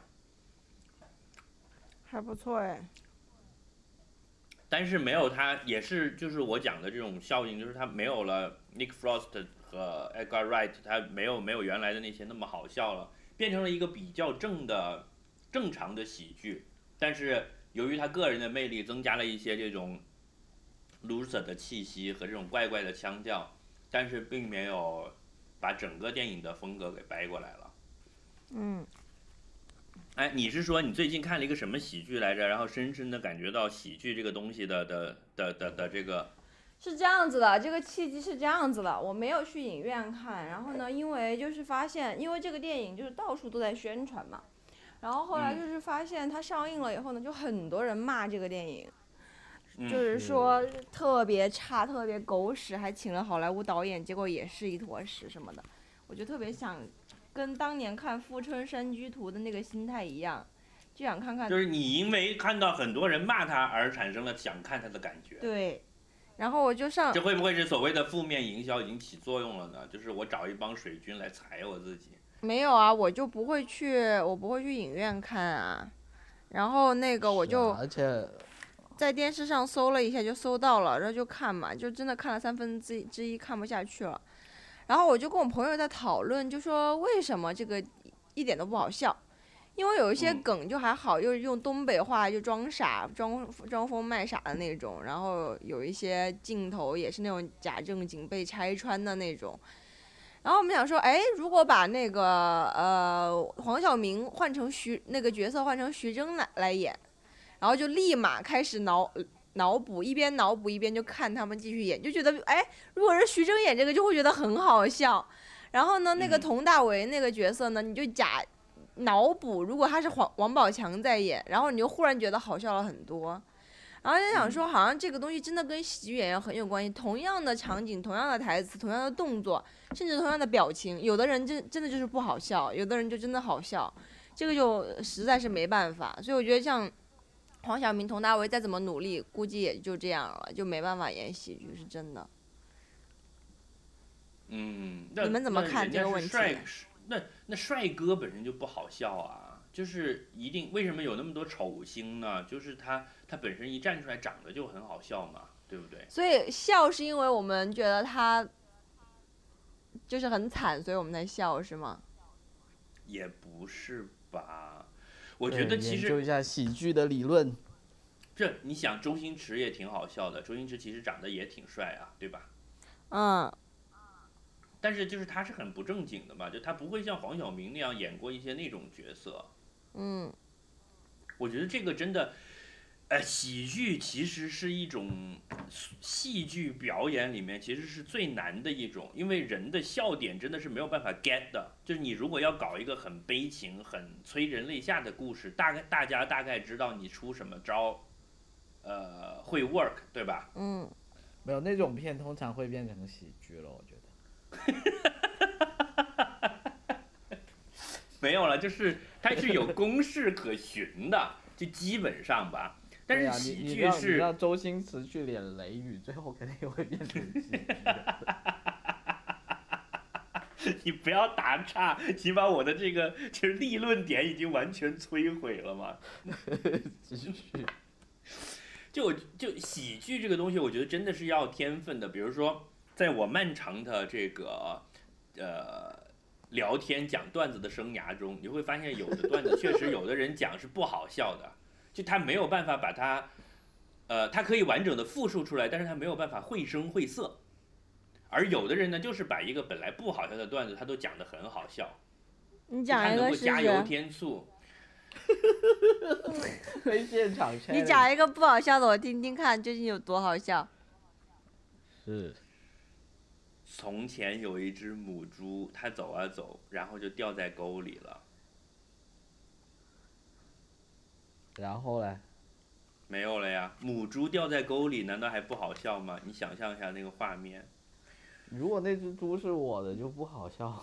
S7: 还不错哎。
S1: 但是没有他，也是就是我讲的这种效应，就是他没有了 Nick Frost 和 Edgar Wright，他没有没有原来的那些那么好笑了，变成了一个比较正的、正常的喜剧。但是由于他个人的魅力，增加了一些这种 loser 的气息和这种怪怪的腔调，但是并没有把整个电影的风格给掰过来了。
S7: 嗯，
S1: 哎，你是说你最近看了一个什么喜剧来着？然后深深的感觉到喜剧这个东西的的的的的这个，
S2: 是这样子的，这个契机是这样子的，我没有去影院看，然后呢，因为就是发现，因为这个电影就是到处都在宣传嘛，然后后来
S1: 嗯
S2: 就是发现它上映了以后呢，就很多人骂这个电影，
S1: 嗯
S2: 就是说特别差、特别狗屎，还请了好莱坞导演，结果也是一坨屎什么的。我就特别想跟当年看《富春山居图》的那个心态一样，就想看看
S1: 就是你因为看到很多人骂他而产生了想看他的感觉，
S2: 对，然后我就上
S1: 这会不会是所谓的负面营销已经起作用了呢？就是我找一帮水军来踩我自己，
S2: 没有啊，我就不会去，我不会去影院看啊。然后那个我
S3: 是啊
S2: 就
S3: 而且
S2: 在电视上搜了一下，就搜到了，然后就看嘛，就真的看了三分之一之一，看不下去了。然后我就跟我朋友在讨论，就说为什么这个一点都不好笑，因为有一些
S1: 嗯
S2: 梗就还好，就是用东北话就装傻、装装疯卖傻的那种，然后有一些镜头也是那种假正经被拆穿的那种。然后我们想说，哎，如果把那个呃黄晓明换成徐那个角色换成徐峥来来演，然后就立马开始脑脑补，一边脑补一边就看他们继续演，就觉得哎，如果是徐峥演这个，就会觉得很好笑。然后呢，那个
S1: 嗯
S2: 佟大为那个角色呢，你就假脑补，如果他是黄王宝强在演，然后你就忽然觉得好笑了很多。然后就想说，好像这个东西真的跟喜剧演员很有关系。同样的场景、同样的台词、同样的动作，甚至同样的表情，有的人真真的就是不好笑，有的人就真的好笑，这个就实在是没办法。所以我觉得像黄晓明、佟大为再怎么努力，估计也就这样了，就没办法演喜剧，是真的。
S1: 嗯，那
S2: 你们怎么
S1: 那
S2: 看
S1: 人
S2: 这
S1: 家
S2: 个
S1: 是
S2: 问题啊
S1: 帅
S2: 呢
S1: 那那帅哥本身就不好笑啊，就是一定为什么有那么多丑星呢？就是他他本身一站出来长得就很好笑嘛，对不对？
S2: 所以笑是因为我们觉得他就是很惨，所以我们才笑，是吗？
S1: 也不是吧？我
S3: 我
S1: 觉得其
S3: 研究
S1: 实
S3: 一下喜剧的理论，
S1: 这你想，周星驰也挺好笑的，周星驰其实长得也挺帅啊，对吧？
S2: 嗯，
S1: 但是就是他是很不正经的嘛，就他不会像黄晓明那样演过一些那种角色。
S2: 嗯，
S1: 我觉得这个真的，呃，喜剧其实是一种戏剧表演里面其实是最难的一种，因为人的笑点真的是没有办法 get 的。就是你如果要搞一个很悲情、很催人泪下的故事，大概大家大概知道你出什么招，呃，会 work，对吧？
S2: 嗯，
S3: 没有那种片通常会变成喜剧了，我觉得。
S1: *laughs* 没有了，就是它是有公式可循的，就基本上吧。但
S3: 对
S1: 是
S3: 啊
S1: 喜
S3: 你你
S1: 剧
S3: 让你
S1: 是
S3: 让周星驰去演《雷雨》，最后肯定会变成喜 *laughs* 剧的。
S1: 你不要打岔，你把我的这个就是立论点已经完全摧毁了嘛。
S3: 继续，
S1: 就我就喜剧这个东西，我觉得真的是要天分的。比如说，在我漫长的这个呃聊天讲段子的生涯中，你会发现有的段子确实有的人讲是不好笑的，就他没有办法把它，呃，他可以完整的复述出来，但是他没有办法绘声绘色。而有的人呢，就是把一个本来不好笑的段子，他都讲得很好笑。
S2: 你
S1: 就他
S2: 讲一
S1: 能
S2: 个
S1: 够
S2: 试
S1: 加油
S2: 试，
S1: 添醋。
S3: 推现场 c h
S2: *laughs* 你讲一个不好笑的，我听听看究竟有多好笑。
S3: 是
S1: 从前有一只母猪，它走啊走，然后就掉在沟里了。
S3: 然后嘞，
S1: 没有了呀，母猪掉在沟里，难道还不好笑吗？你想象一下那个画面，
S3: 如果那只猪是我的，就不好笑。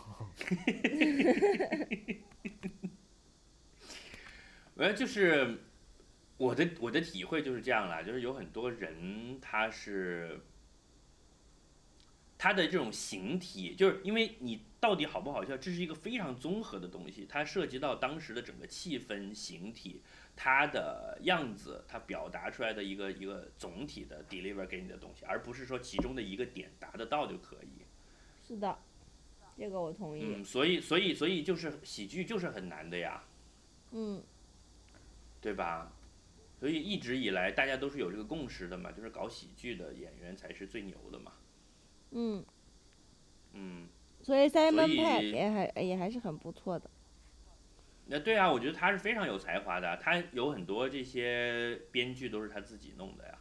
S1: 呃，就是我的我的体会就是这样啦，就是有很多人他是它的这种形体，就是因为你到底好不好笑，这是一个非常综合的东西，它涉及到当时的整个气氛、形体、它的样子，它表达出来的一个一个总体的 deliver 给你的东西，而不是说其中的一个点达得到就可以。
S2: 是的，这个我同意。
S1: 嗯，所以所以所以就是喜剧就是很难的呀，
S8: 嗯，
S1: 对吧？所以一直以来大家都是有这个共识的嘛，就是搞喜剧的演员才是最牛的嘛。
S8: 嗯，
S1: 嗯，
S8: 所以 Simon
S1: 以
S8: Pegg 也还哎也还是很不错的。
S1: 那对啊，我觉得他是非常有才华的，啊他有很多这些编剧都是他自己弄的呀。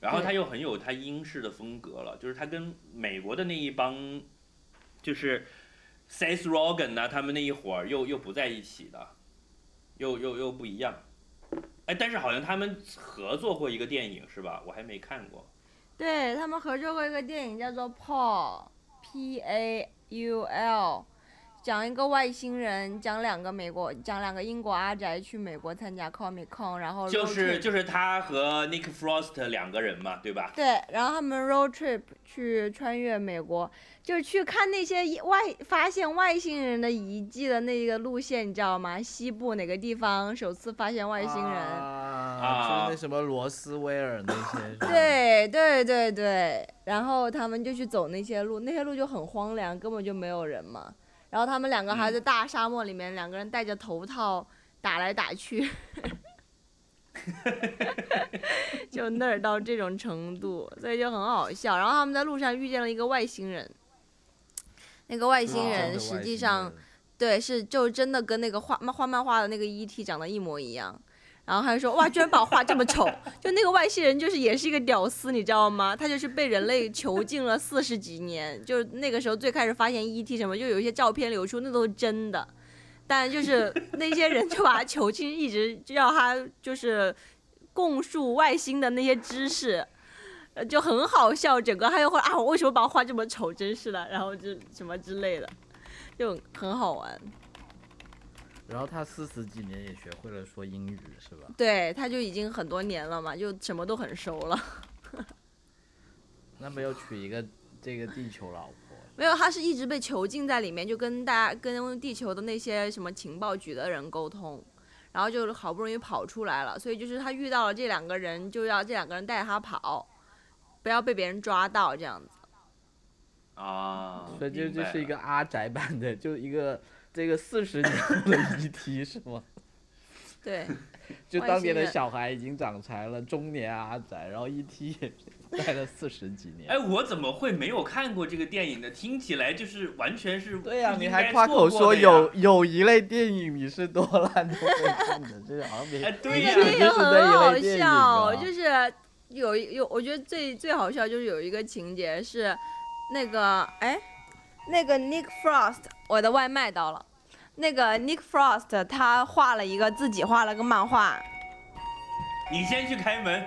S1: 然后他又很有他英式的风格了，就是他跟美国的那一帮，就是 Seth Rogen 呐、他们那一伙儿又又不在一起的，又又又不一样。哎，但是好像他们合作过一个电影是吧？我还没看过。
S2: 对他们合作过一个电影叫做《Paul》，P A U L，讲一个外星人，讲两个美国，讲两个英国阿宅去美国参加 Comic Con，然后
S1: 就
S2: road
S1: 是
S2: trip
S1: 就是他和 Nick Frost 两个人嘛，对吧？
S2: 对，然后他们 road trip 去穿越美国，就是去看那些外发现外星人的遗迹的那个路线，你知道吗？西部哪个地方首次发现 *laughs* 外星人？
S3: 啊，就是那什么罗斯威尔那些，是吧，
S2: 对对对对，然后他们就去走那些路，那些路就很荒凉，根本就没有人嘛。然后他们两个
S3: 嗯
S2: 还在大沙漠里面，两个人戴着头套打来打去， *laughs* 就那儿到这种程度，所以就很好笑。然后他们在路上遇见了一个外星人，那个外星
S3: 啊真的
S2: 人
S3: 外
S2: 实
S3: 星
S2: 际上、
S3: 人
S2: 对，是就真的跟那个画漫画漫画的那个 E.T. 长得一模一样。然后他就说：“哇，居然把我画这么丑！”就那个外星人，就是也是一个屌丝，你知道吗？他就是被人类囚禁了四十几年。就是那个时候最开始发现 E.T. 什么，就有一些照片流出，那都是真的。但就是那些人就把他囚禁，一直就要他就是供述外星的那些知识，呃就很好笑。整个他又会啊，我为什么把我画这么丑？真是的，然后就什么之类的，就很好玩。
S3: 然后他四十几年也学会了说英语，是吧？
S2: 对，他就已经很多年了嘛，就什么都很熟了。 *laughs*
S3: 那没有娶一个这个地球老婆，
S2: 没有，他是一直被囚禁在里面，就跟大家跟地球的那些什么情报局的人沟通，然后就好不容易跑出来了。所以就是他遇到了这两个人，就要这两个人带着他跑，不要被别人抓到这样子。
S1: 啊，
S3: 所以这
S1: 明
S3: 就
S1: 白
S3: 是一
S1: 了
S3: 个阿宅版的，就一个这个四十年后的 *laughs* ET 是吗？
S2: 对
S3: 就
S2: 外
S3: 当
S2: 星
S3: 年的
S2: 人
S3: 小孩已经长财了，中年阿宅，然后 ET 也 *laughs* 待了四十几年。
S1: 哎，我怎么会没有看过这个电影呢？听起来就是完全是
S3: 对呀、
S1: 不
S3: 你
S1: 应
S3: 还
S1: 该
S3: 夸
S1: 错
S3: 口
S1: 过
S3: 说
S1: 的呀
S3: 有有一类电影你是多烂都会看的，这好像没
S1: 哎，对
S3: 呀
S1: 呀、
S3: 是
S2: 那个
S3: 就是那
S2: 很
S3: 一
S2: 好
S3: 类电影
S2: 笑，
S3: 啊
S2: 就是有一有，我觉得最最好笑就是有一个情节是，那个哎，那个 Nick Frost，我的外卖到了。那个 Nick Frost 他画了一个自己画了个漫画，
S1: 你先去开门。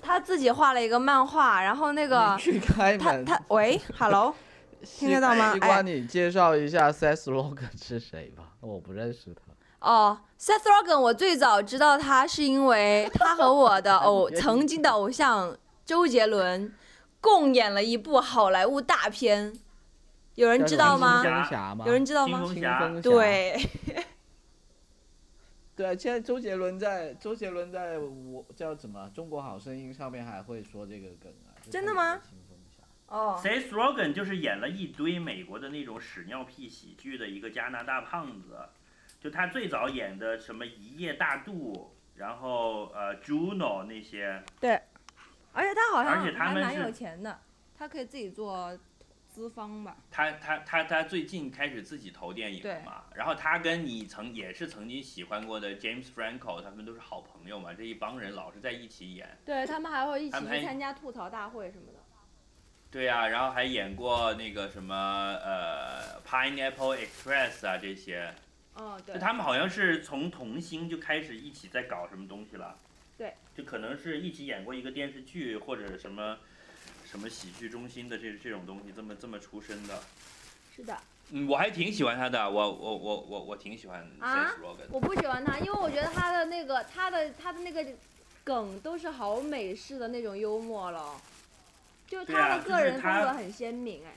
S2: 他自己画了一个漫画，然后那个
S3: 你去开
S2: 他
S3: 门。
S2: 他
S3: *laughs*
S2: 喂，hello，听得到吗
S3: 西
S2: 哎
S3: 瓜，你介绍一下 Seth Rogen 是谁吧？我不认识他。
S2: 哦，Seth Rogen，我最早知道他是因为他和我的偶
S3: 原因
S2: 曾经的偶像周杰伦共演了一部好莱坞大片，有人知道吗
S3: 叫什？么青蜂侠吗？
S2: 有人知道
S1: 青
S2: 吗？
S1: 蜂
S3: 青
S1: 侠
S3: 蜂侠
S2: 对，
S3: 对啊，现在周杰伦在周杰伦在我叫什
S4: 啊
S3: 么《中国好声音》上面还会说这个梗啊。就
S2: 真
S3: 他
S2: 的
S3: 演
S2: 吗
S3: 青蜂侠
S2: 哦，
S1: Seth Rogen 就是演了一堆美国的那种屎尿屁喜剧的一个加拿大胖子，就他最早演的什么《一夜大肚》，然后呃 Juno 那些，
S2: 而且他好像
S1: 而且他
S2: 还
S1: 们
S2: 蛮
S1: 是
S2: 有钱的，他可以自己做资方吧？
S1: 他他他他最近开始自己投电影了嘛，然后他跟你曾也是曾经喜欢过的 James Franco，他们都是好朋友嘛，这一帮人老是在一起演。
S2: 对他们还会一
S1: 起他们还去参
S2: 加吐槽大会什么的。
S1: 对呀、然后还演过那个什么呃《Pineapple Express》啊这些，
S2: 哦，
S1: 就他们好像是从童星就开始一起在搞什么东西了。
S2: 对，
S1: 就可能是一起演过一个电视剧或者什么什么喜剧中心的这这种东西，这么这么出身的。
S2: 是的。
S1: 嗯，我还挺喜欢他的，我我我我我挺喜欢 s
S2: 啊
S1: e Rogen 的。
S2: 我不喜欢他，因为我觉得他的那个他的他的那个梗都是好美式的那种幽默了。就是
S1: 对啊
S2: 他的
S1: 就
S2: 个
S1: 是
S2: 人风
S1: 他
S2: 格很鲜明，哎，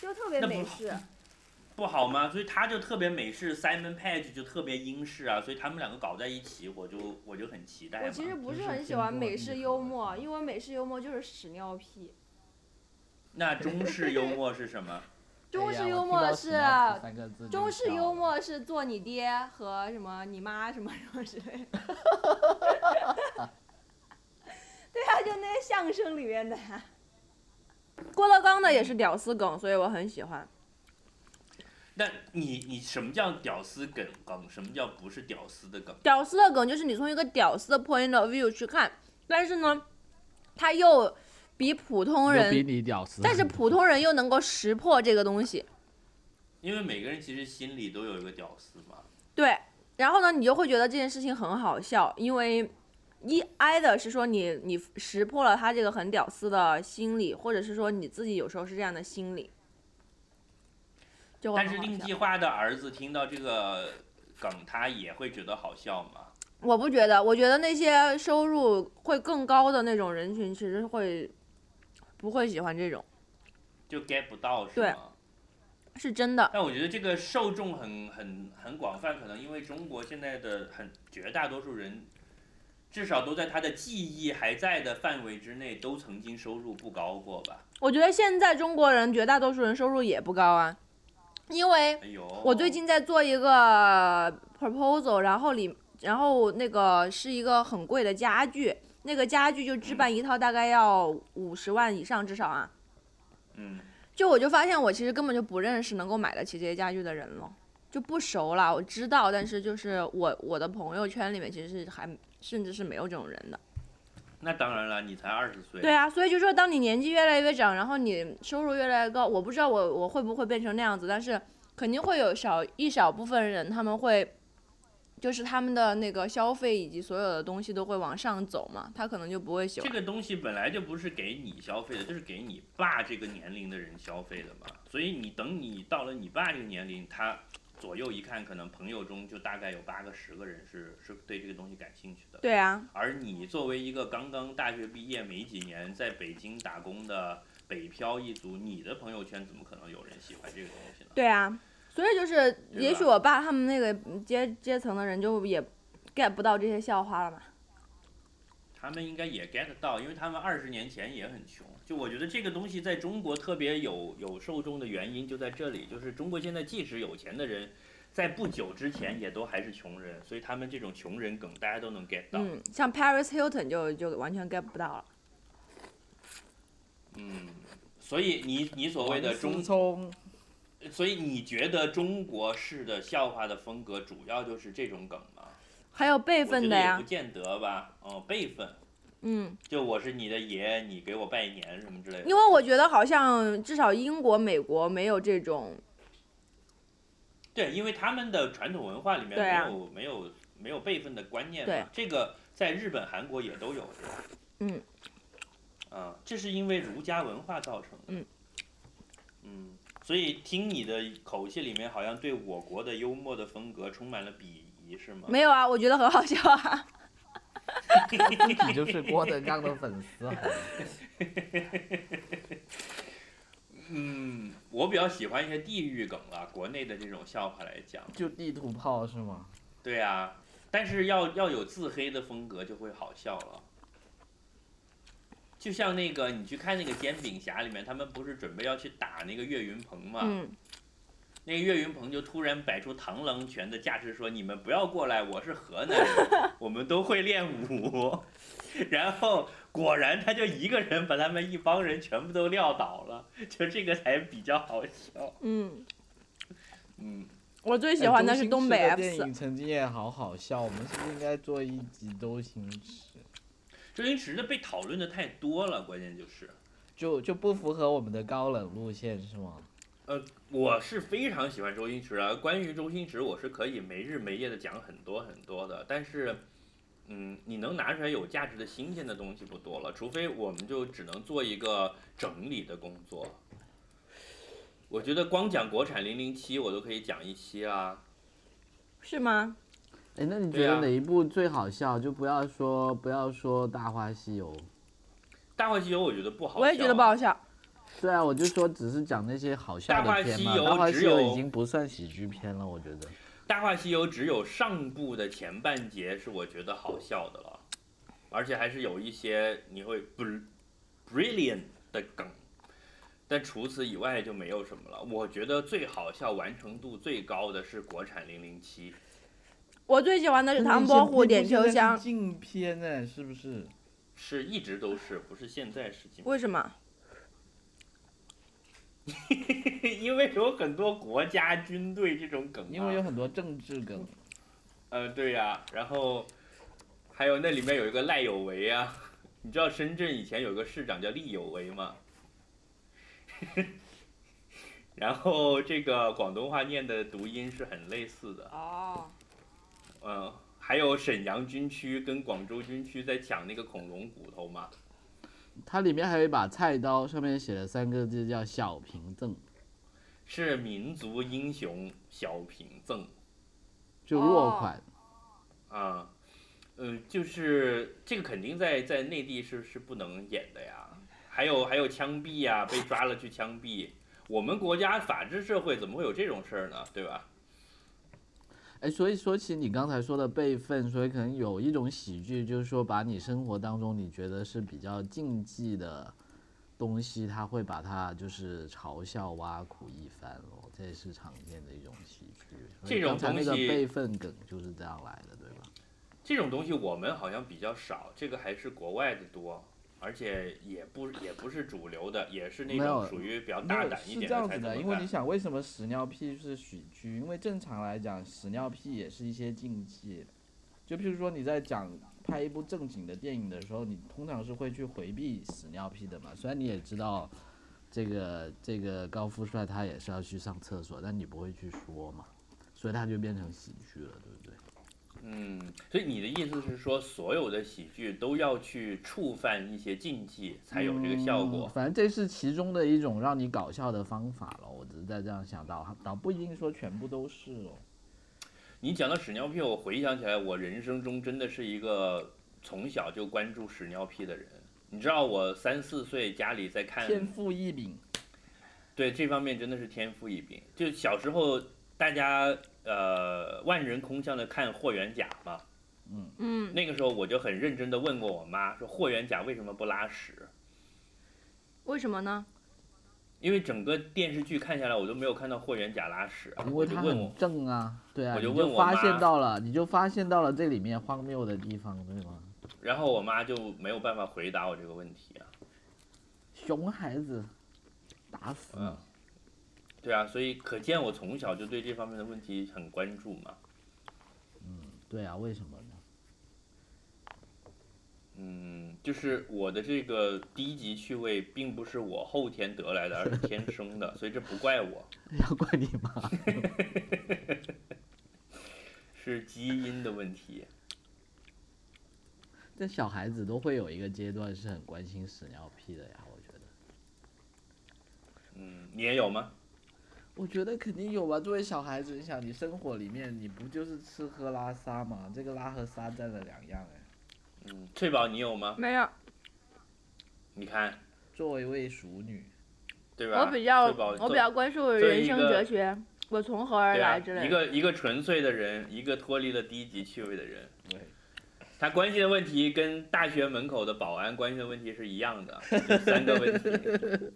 S2: 就特别
S1: 那
S2: 美
S1: 不
S2: 式。
S1: 不好吗？所以他就特别美式，Simon Page 就特别英式啊，所以他们两个搞在一起，我就我就很期待
S2: 我
S1: 嘛。
S2: 其实不
S3: 就是是
S2: 很
S3: 经
S2: 喜欢
S3: 过
S2: 美
S3: 硬
S2: 式
S3: 核
S2: 幽
S3: 的
S2: 默，
S3: 东西
S2: 因为美式幽默就是屎尿屁。
S1: 那中式幽默是
S2: *laughs*
S1: 什么？
S2: 中
S4: 哎呀
S2: 式
S4: 我
S2: 幽
S4: 听
S2: 默
S4: 到屎
S2: 是啊
S4: 尿屁三个字就
S2: 中式幽
S4: 笑了
S2: 默是做你爹和什么你妈什么什么之类的。对啊，就那些相声里面的啊、郭德纲的也是屌丝梗，所以我很喜欢。
S1: 那你你什么叫屌丝梗梗？什么叫不是屌丝的梗？
S2: 屌丝的梗就是你从一个屌丝的 point of view 去看，但是呢，他又比普通
S4: 就比
S2: 人，
S4: 你屌丝很多，
S2: 但是普通人又能够识破这个东西。
S1: 因为每个人其实心里都有一个屌丝嘛。
S2: 对，然后呢，你就会觉得这件事情很好笑，因为一挨的是说你你识破了他这个很屌丝的心理，或者是说你自己有时候是这样的心理，就会
S1: 但是
S2: 很
S1: 令
S2: 好笑。
S1: 计划的儿子听到这个梗，他也会觉得好笑嘛？
S2: 我不觉得，我觉得那些收入会更高的那种人群，其实会不会喜欢这种，
S1: 就 get 不到是
S2: 对
S1: 吗？
S2: 是真的。
S1: 但我觉得这个受众很很很广泛，可能因为中国现在的很绝大多数人，至少都在他的记忆还在的范围之内，都曾经收入不高过吧？
S2: 我觉得现在中国人绝大多数人收入也不高啊，因为
S1: 哎呦，
S2: 我最近在做一个 proposal，然后里然后那个是一个很贵的家具，那个家具就置办一套大概要五十万以上至少啊。
S1: 嗯，
S2: 就我就发现我其实根本就不认识能够买得起这些家具的人了，就不熟了。我知道，但是就是我我的朋友圈里面其实是还甚至是没有这种人的。
S1: 那当然了，你才二十岁，
S2: 对啊，所以就说当你年纪越来越长，然后你收入越来越高，我不知道我我会不会变成那样子，但是肯定会有少一小部分人他们会，就是他们的那个消费以及所有的东西都会往上走嘛，他可能就不会喜
S1: 这
S2: 欢。
S1: 个东西本来就不是给你消费的，这是给你爸这个年龄的人消费的嘛。所以你等你到了你爸这个年龄，他左右一看，可能朋友中就大概有八个十个人是是对这个东西感兴趣的。
S2: 对啊，
S1: 而你作为一个刚刚大学毕业没几年，在北京打工的北漂一族，你的朋友圈怎么可能有人喜欢这个东西呢？
S2: 对啊，所以就是
S1: 对
S2: 也许
S1: 吧
S2: 我爸他们那个阶阶层的人就也 get 不到这些笑话了嘛。
S1: 他们应该也 get 到，因为他们二十年前也很穷。就我觉得这个东西在中国特别有有受众的原因就在这里，就是中国现在即使有钱的人，在不久之前也都还是穷人，所以他们这种穷人梗大家都能 get 到。
S2: 嗯，像 Paris Hilton 就就完全 get 不到了。
S1: 嗯，所以你你所谓的中
S4: 思聪
S1: 所以你觉得中国式的笑话的风格主要就是这种梗吗？
S2: 还有
S1: 我
S2: 辈
S1: 觉
S2: 分的
S1: 得也
S2: 呀
S1: 不，见得吧，哦，辈分，
S2: 嗯。
S1: 就我是你的爷，你给我拜年什么之类的
S2: 因。为我觉得好像至少英国、美国没有这种，
S1: 对，因为他们的传统文化里面
S2: 对
S1: 没
S2: 啊
S1: 有、没有没有辈分的观念
S2: 对
S1: 嘛，这个在日本、韩国也都有，是吧？
S2: 嗯，
S1: 啊，这是因为儒家文化造成的。
S2: 嗯
S1: 嗯所以听你的口气里面，好像对我国的幽默的风格充满了鄙夷，是吗？
S2: 没有啊，我觉得很好笑 *laughs* 啊。
S4: 你就是郭德纲的粉丝好吗，
S1: 嗯，我比较喜欢一些地域梗了，国内的这种笑话来讲。
S4: 就地图炮是吗？
S1: 对啊，但是要要有自黑的风格就会好笑了。就像那个你去看那个《煎饼侠》里面，他们不是准备要去打那个岳云鹏嘛？
S2: 嗯，
S1: 那个岳云鹏就突然摆出螳螂拳的架势，说：“你们不要过来，我是河南人，我们都会练武。”然后果然他就一个人把他们一帮人全部都撂倒了，就这个才比较好笑。
S2: 嗯，
S1: 嗯，
S2: 我 *laughs* 最
S4: 最
S2: 喜欢的哎是东北
S4: 电
S2: F
S4: 影曾经也好好笑，我们是不是应该做一集周星驰？
S1: 周星驰的被讨论的太多了，关键就是。
S4: 就就不符合我们的高冷路线是吗？
S1: 我是非常喜欢周星驰啊，关于周星驰，我是可以没日没夜的讲很多很多的，但是，嗯，你能拿出来有价值的新鲜的东西不多了，除非我们就只能做一个整理的工作。我觉得光讲国产零零七，我都可以讲一期啊。
S2: 是吗？
S4: 哎，那你
S1: 对
S4: 觉得
S1: 啊
S4: 哪一部最好笑？就不要说不要说《大话西游》，
S1: 《大话西游我觉得不好，啊
S2: 我也觉得不。好笑。
S4: 对啊，我就说只是讲那些好笑
S1: 大话
S4: 的片
S1: 西
S4: 嘛，
S1: 游
S4: 《大话
S1: 只
S4: 西游》
S1: 有
S4: 已经不算喜剧片了，我觉得。
S1: 大话西游只有上部的前半节是我觉得好笑的了，而且还是有一些你会 br- brilliant 的梗，但除此以外就没有什么了。我觉得最好笑、完成度最高的是国产零零七，
S2: 我最喜欢的是唐伯虎点秋香，
S3: 禁片呢，是不是？
S1: 是一直都是，不是现在是禁片
S2: 为什么？
S1: *laughs* 因为有很多国家军队这种梗、啊，
S3: 因为有很多政治
S4: 啊
S3: 梗，
S1: 呃，对呀、然后还有那里面有一个赖有为啊，你知道深圳以前有个市长叫厉有为吗？ *laughs* 然后这个广东话念的读音是很类似的，
S2: 哦，
S1: 嗯，还有沈阳军区跟广州军区在抢那个恐龙骨头嘛，
S4: 它里面还有一把菜刀，上面写了三个字叫“小平赠
S1: 是民族英雄小平赠。”，
S4: 就落
S2: 哦
S4: 款。
S1: 啊，嗯、就是这个肯定在在内地是是不能演的呀。还有还有枪毙呀、被抓了去枪毙。我们国家法治社会怎么会有这种事儿呢？对吧？
S4: 哎，所以说起你刚才说的辈分，所以可能有一种喜剧，就是说把你生活当中你觉得是比较禁忌的东西，他会把它就是嘲笑、挖苦一番咯，这也是常见的一种喜剧。所以
S1: 这种
S4: 刚才那个
S1: 东西
S4: 辈分梗就是这样来的，对吧？
S1: 这种东西我们好像比较少，这个还是国外的多，而且也不也不是主流的，也是那
S4: 没
S1: 种
S4: 有
S1: 属于比较
S3: 没
S1: 大
S3: 有
S1: 胆一
S3: 是
S1: 点
S3: 这样
S1: 才
S3: 子
S1: 这么
S3: 的，因为你
S1: 干。
S3: 想，为什么屎尿屁是喜剧？因为正常来讲，屎尿屁也是一些禁忌。就譬如说你在讲拍一部正经的电影的时候，你通常是会去回避屎尿屁的嘛。虽然你也知道，这个这个高富帅他也是要去上厕所，但你不会去说嘛，所以他就变成喜剧了，对不对？
S1: 嗯，所以你的意思是说，所有的喜剧都要去触犯一些禁忌，才有这个效
S4: 嗯。
S1: 果
S4: 反正这是其中的一种让你搞笑的方法了，我只是在这样想到，倒不一定说全部都是哦。
S1: 你讲到屎尿屁，我回想起来，我人生中真的是一个从小就关注屎尿屁的人。你知道我三四岁家里在看，
S3: 天赋异禀，
S1: 对这方面真的是天赋异禀。就小时候大家呃万人空巷的看霍元甲嘛，
S2: 嗯，
S1: 那个时候我就很认真的问过我妈，说霍元甲为什么不拉屎？
S2: 为什么呢？
S1: 因为整个电视剧看下来，我都没有看到霍元甲拉屎啊。
S4: 因
S1: 我
S4: 为
S1: 就
S4: 他
S1: 问我
S4: 很，正啊，对啊，
S1: 我就
S4: 你
S1: 问我
S4: 发
S1: 妈
S4: 现到了，你就发现到了这里面荒谬的地方，对吗？
S1: 然后我妈就没有办法回答我这个问题啊。
S4: 熊孩子，打死你！
S1: 嗯对啊，所以可见我从小就对这方面的问题很关注嘛。
S4: 对啊，为什么
S3: *laughs*
S4: 呢？
S1: 嗯，就是我的这个低级趣味，并不是我后天得来的，而是天生的，所以这不怪我，
S4: 要怪你妈。
S1: 是基因的问题。
S4: *laughs* 这小孩子都会有一个阶段是很关心屎尿屁的呀，我觉得。
S1: 嗯，你也有吗？
S3: 我觉得肯定有吧。作为小孩子，你想，你生活里面你不就是吃喝拉撒嘛？这个拉和撒占了两样哎。
S1: 嗯，翠宝你有吗？
S2: 没有，
S1: 你看，
S3: 作为一位熟女，
S1: 对吧？
S2: 我比较
S1: 翠宝
S2: 我比
S1: 作
S2: 较关注人生哲学，我从何而
S1: 对啊
S2: 来之类
S1: 一
S2: 的。
S1: 个一个纯粹的人，一个脱离了低级趣味的人，
S3: 对，
S1: 他关心的问题跟大学门口的保安关心的问题是一样的，就三个问题。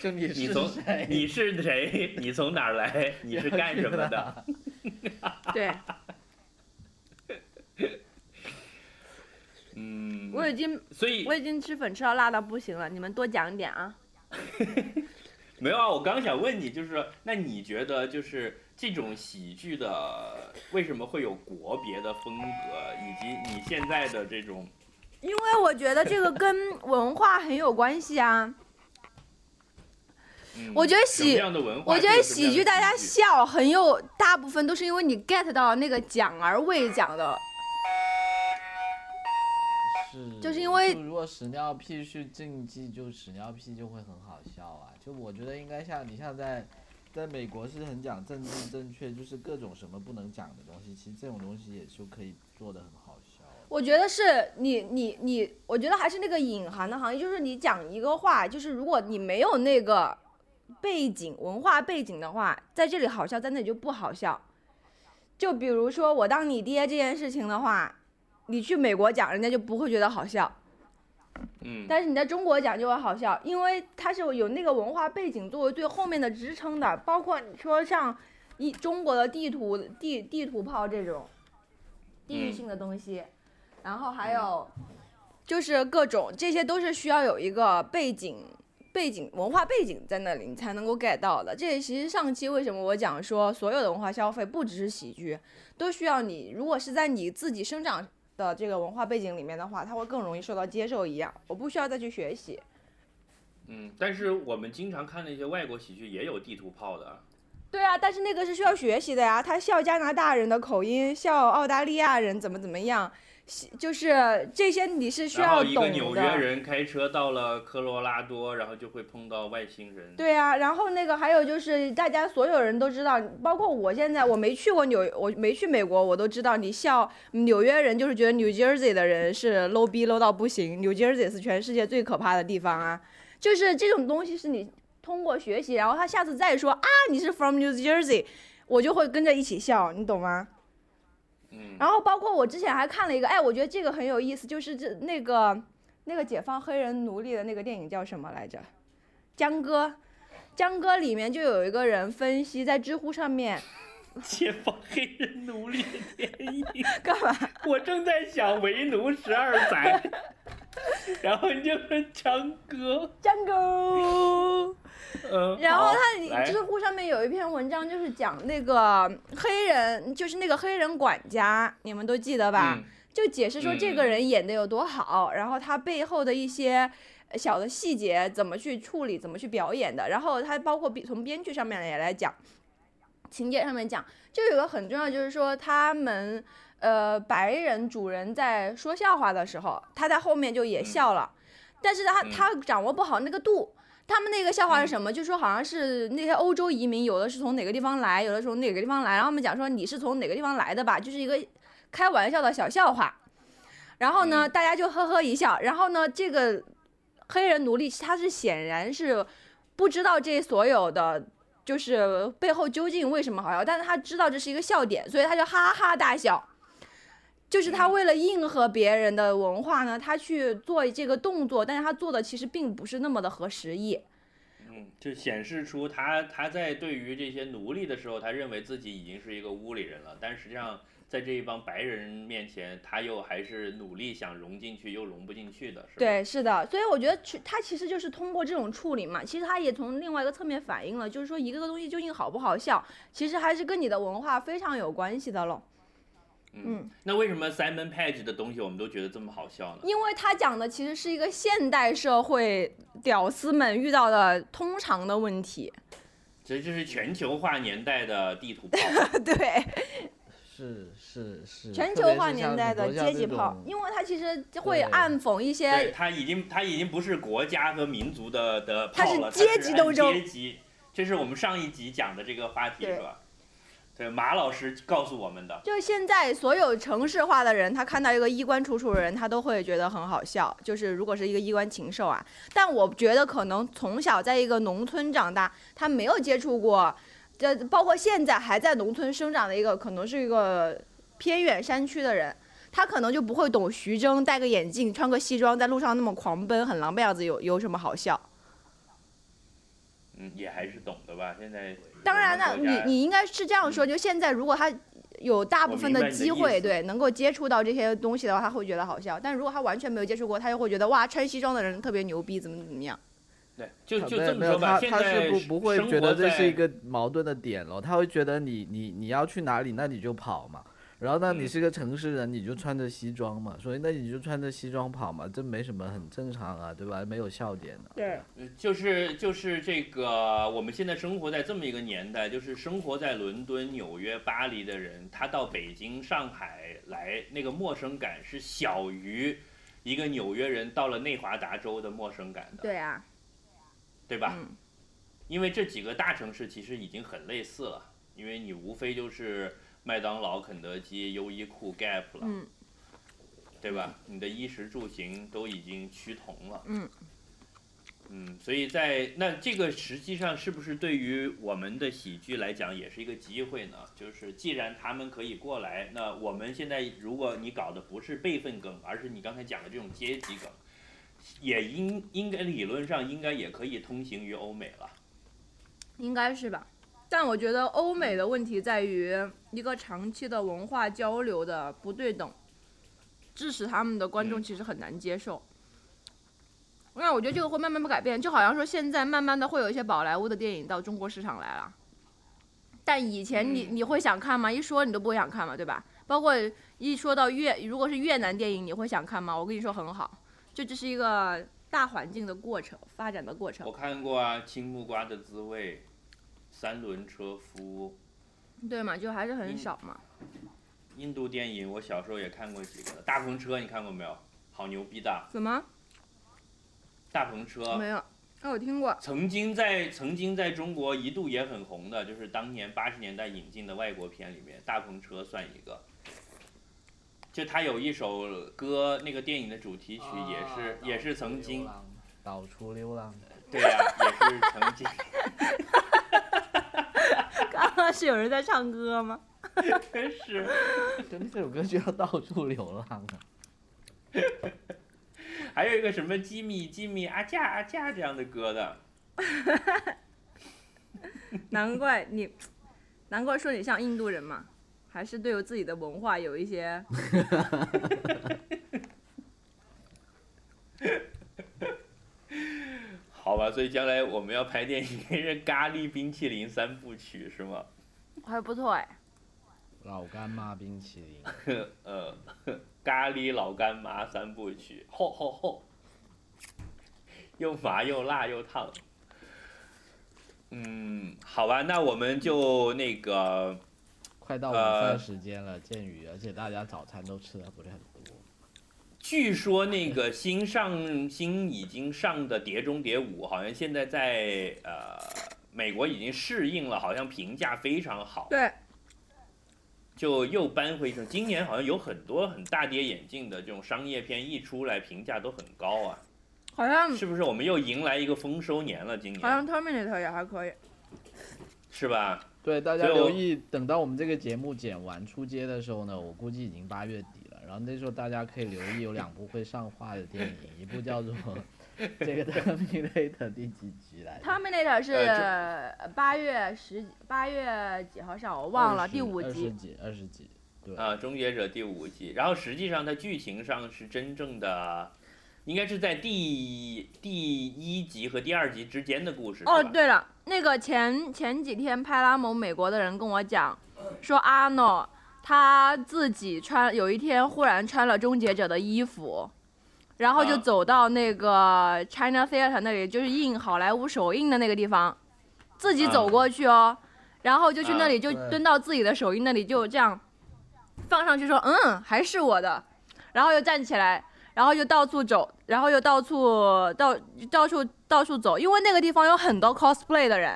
S3: 就你
S1: 你
S3: 是
S1: 从
S3: 谁？
S1: 你是谁？你从哪儿来？你是干什么的？
S2: 对，
S1: 嗯，
S2: 我已经
S1: 所以
S2: 我已经吃粉吃到辣到不行了，你们多讲一点啊。
S1: 没有啊，我刚想问你，就是说那你觉得就是这种喜剧的为什么会有国别的风格，以及你现在的这种
S2: 因为我觉得这个跟文化很有关系啊。
S1: 嗯
S2: 我觉得
S1: 什
S2: 喜
S1: 么样的文化
S2: 我
S1: 就是
S2: 觉得
S1: 什么样的喜
S2: 喜剧大家笑很有，大部分都是因为你 get 到那个讲而未讲的。
S4: 是，
S2: 就是因为
S4: 如果屎尿屁是禁忌，就屎尿屁就会很好笑啊。就我觉得应该像你像在在美国是很讲政治正确，就是各种什么不能讲的东西，其实这种东西也就可以做的很好笑啊。
S2: 我觉得是你你你，我觉得还是那个隐含的行业，就是你讲一个话，就是如果你没有那个背景文化背景的话，在这里好笑，在那里就不好笑。就比如说我当你爹这件事情的话，你去美国讲，人家就不会觉得好笑。
S1: 嗯，
S2: 但是你在中国讲就会好笑，因为它是有那个文化背景作为最后面的支撑的，包括你说像一中国的地图地地图炮这种地域
S1: 嗯
S2: 性的东西，然后还有就是各种这些都是需要有一个背景。背景文化背景在那里，你才能够 get 到的。这也其实上期为什么我讲说，所有的文化消费不只是喜剧，都需要你。如果是在你自己生长的这个文化背景里面的话，它会更容易受到接受一样。我不需要再去学习。
S1: 嗯，但是我们经常看那些外国喜剧也有地图炮的，
S2: 对啊，但是那个是需要学习的呀，他笑加拿大人的口音，笑澳大利亚人怎么怎么样，西就是这些你是需
S1: 然
S2: 要
S1: 后一个
S2: 懂
S1: 纽约
S2: 的。
S1: 人开车到了科罗拉多，然后就会碰到外星人。
S2: 对啊，然后那个还有就是，大家所有人都知道，包括我现在我没去过纽，我没去美国，我都知道你笑纽约人就是觉得 New Jersey 的人是 low 逼 low 到不行，New Jersey 是全世界最可怕的地方啊，就是这种东西是你通过学习，然后他下次再说啊你是 from New Jersey，我就会跟着一起笑，你懂吗？
S1: 嗯，
S2: 然后包括我之前还看了一个，哎，我觉得这个很有意思，就是这那个那个解放黑人奴隶的那个电影叫什么来着？江哥，江哥里面就有一个人分析在知乎上面
S1: 解放黑人奴隶的电影。
S2: *laughs* 干嘛？
S1: 我正在想为奴十二载，然后你就说强哥，
S2: 江
S1: *laughs*
S2: 哥。
S1: 嗯，
S2: 然后
S1: 好
S2: 他
S1: 来
S2: 知乎上面有一篇文章，就是讲那个黑人，就是那个黑人管家，你们都记得吧？
S1: 嗯
S2: 就解释说这个
S1: 嗯
S2: 人演的有多好，然后他背后的一些呃小的细节怎么去处理，怎么去表演的，然后他包括比从编剧上面也来讲，情节上面讲，就有个很重要就是说他们呃白人主人在说笑话的时候，他在后面就也
S1: 嗯
S2: 笑了，但是他
S1: 嗯
S2: 他掌握不好那个度。他们那个笑话是什么？就说好像是那些欧洲移民，有的是从哪个地方来，有的是从哪个地方来，然后他们讲说你是从哪个地方来的吧，就是一个开玩笑的小笑话。然后呢，大家就呵呵一笑。然后呢，这个黑人奴隶他是显然是不知道这所有的就是背后究竟为什么好笑，但是他知道这是一个笑点，所以他就哈哈大笑。就是
S1: 嗯
S2: 他为了应和别人的文化呢，他去做这个动作，但是他做的其实并不是那么的合时宜。
S1: 嗯，就显示出他他在对于这些奴隶的时候，他认为自己已经是一个屋里人了，但实际上在这一帮白人面前，他又还是努力想融进去，又融不进去的，是吧？，
S2: 对，是的，所以我觉得去它其实就是通过这种处理嘛，其实它也从另外一个侧面反映了，就是说一个东西究竟好不好笑，其实还是跟你的文化非常有关系的咯。嗯
S1: 嗯，那为什么 Simon Page 的东西我们都觉得这么好笑呢？
S2: 因为他讲的其实是一个现代社会屌丝们遇到的通常的问题。 *laughs*
S1: 这就是全球化年代的地图炮，
S2: 对，
S3: 是是是，
S2: 全
S3: 特
S2: 球
S3: 别
S2: 化
S3: 是
S2: 年
S3: 像
S2: 代
S3: 很
S2: 的
S3: 多像
S2: 阶级
S3: 那
S2: 炮
S3: 种，
S2: 因为它其实会
S3: 对
S2: 暗讽一
S1: 对，
S2: 些。
S1: 他已经他已经不是国家和民族的的
S2: 它
S1: 炮
S2: 是
S1: 了，它
S2: 阶级
S1: 按
S2: 斗争
S1: 阶级，这是我们上一集讲的这个话题
S2: 对
S1: 是吧？对，马老师告诉我们的。
S2: 就是现在所有城市化的人，他看到一个衣冠楚楚的人，他都会觉得很好笑。就是如果是一个衣冠禽兽啊，但我觉得可能从小在一个农村长大，他没有接触过，这包括现在还在农村生长的一个，可能是一个偏远山区的人。他可能就不会懂徐峥戴个眼镜、穿个西装在路上那么狂奔、很狼狈样子有有什么好笑？
S1: 嗯，也还是懂的吧？现在
S2: 当然了，
S1: 我们国家
S2: 你你应该是这样说，就现在如果他有大部分
S1: 嗯我明白你的
S2: 机
S1: 意
S2: 会，
S1: 思
S2: 对，能够接触到这些东西的话，他会觉得好笑；但如果他完全没有接触过，他又会觉得哇，穿西装的人特别牛逼，怎么怎么样。
S1: 对，就
S3: 啊
S1: 就
S3: 没有
S1: 这么
S3: 没有
S1: 说吧。
S3: 他
S1: 现
S3: 他
S1: 在
S3: 是不不会
S1: 生
S3: 觉
S1: 活
S3: 得这是
S1: 在
S3: 一个矛盾的点咯，他会觉得你你你要去哪里，那你就跑嘛。然后呢，你
S1: 嗯
S3: 是个城市人，你就穿着西装嘛，所以那你就穿着西装跑嘛，这没什么，很正常啊，对吧？没有笑点的、
S2: 对，
S1: 呃就是就是这个，我们现在生活在这么一个年代，就是生活在伦敦、纽约、巴黎的人，他到北京、上海来，那个陌生感是小于一个纽约人到了内华达州的陌生感的，
S2: 对啊，
S1: 对吧？
S2: 嗯
S1: 因为这几个大城市其实已经很类似了，因为你无非就是麦当劳、肯德基、优衣库、Gap 了，
S2: 嗯，
S1: 对吧？你的衣食住行都已经趋同了。
S6: 嗯
S1: 嗯，所以在那这个实际上是不是对于我们的喜剧来讲也是一个机会呢？就是既然他们可以过来，那我们现在如果你搞的不是辈分梗，而是你刚才讲的这种阶级梗，也应应该理论上应该也可以通行于欧美了。
S2: 应该是吧？但我觉得欧美的问题在于一个长期的文化交流的不对等，致使他们的观众
S1: 嗯
S2: 其实很难接受。那我觉得这个会慢慢地改变，就好像说现在慢慢的会有一些宝莱坞的电影到中国市场来了，但以前
S1: 嗯
S2: 你你会想看吗？一说你都不会想看嘛，对吧？包括一说到越，如果是越南电影，你会想看吗？我跟你说很好，这就是一个大环境的过程，发展的过程
S1: 我。看过啊，《青木瓜的滋味》，三轮车夫，
S2: 对嘛，就还是很
S1: 嗯
S2: 少嘛。
S1: 印度电影我小时候也看过几个，《大篷车》你看过没有？好牛逼的
S2: 怎么？
S1: 《大篷车》，
S2: 没有，那、我听过。
S1: 曾经在曾经在中国一度也很红的，就是当年八十年代引进的外国片里面，《大篷车》算一个。就他有一首歌，那个电影的主题曲
S3: 啊
S1: 也是、也是曾经，
S3: 到处流浪，
S1: 对呀、也是曾经， *laughs*
S2: 刚刚 *laughs* 是有人在唱歌吗？
S1: 真是。
S3: 真的这首歌就要到处流浪啊！
S1: 还有一个什么吉米吉米啊架啊架这样的歌的，
S2: 难怪你，难怪说你像印度人嘛，还是对自己的文化有一些。
S1: 好吧，所以将来我们要拍电影是咖喱冰淇淋三部曲是吗？
S2: *laughs* 还不错哎，
S3: *laughs* 老干妈冰淇淋，
S1: 呃，咖喱老干妈三部曲，吼吼吼，又麻又辣又烫。嗯，好吧，那我们就那个，
S3: 快到午
S1: 呃
S3: 饭时间了，建宇，而且大家早餐都吃的不是很多。
S1: 据说那个新上新已经上的《碟中谍五》，好像现在在呃美国已经适应了，好像评价非常好。
S2: 对，
S1: 就又搬回成今年好像有很多很大跌眼镜的这种商业片一出来，评价都很高啊，
S2: 好像
S1: 是不是？我们又迎来一个丰收年了，今
S2: 嗯好像
S1: 年
S2: Terminator 也还可以。
S1: 是吧？
S3: 对，大家
S1: 所以
S3: 留
S1: 我
S3: 意，等到我们这个节目剪完出街的时候呢，我估计已经八月底了。然后那时候大家可以留意有两部会上画的电影，一部叫做这个《Terminator》第几集来着？
S2: Terminator
S1: 呃
S2: 是八月十八月几号上，我忘了
S3: 20
S2: 第五
S3: 二十
S2: 集。
S3: 集，二十集，对，
S1: 啊，《终结者》第五季，然后实际上它剧情上是真正的，应该是在第第一集和第二集之间的故事。
S2: 哦，
S1: 是吧，
S2: 对了，那个前前几天派拉蒙美国的人跟我讲，说阿诺他自己穿，有一天忽然穿了终结者的衣服，然后就
S1: 啊
S2: 走到那个 China Theater 那里，就是印好莱坞首映的那个地方，自己走
S1: 啊
S2: 过去哦，然后就去那
S1: 啊
S2: 里就
S3: 对
S2: 蹲到自己的首映那里，就这样放上去说，嗯，还是我的，然后又站起来。然后就到处走，然后又到处到到处到处走，因为那个地方有很多 cosplay 的人，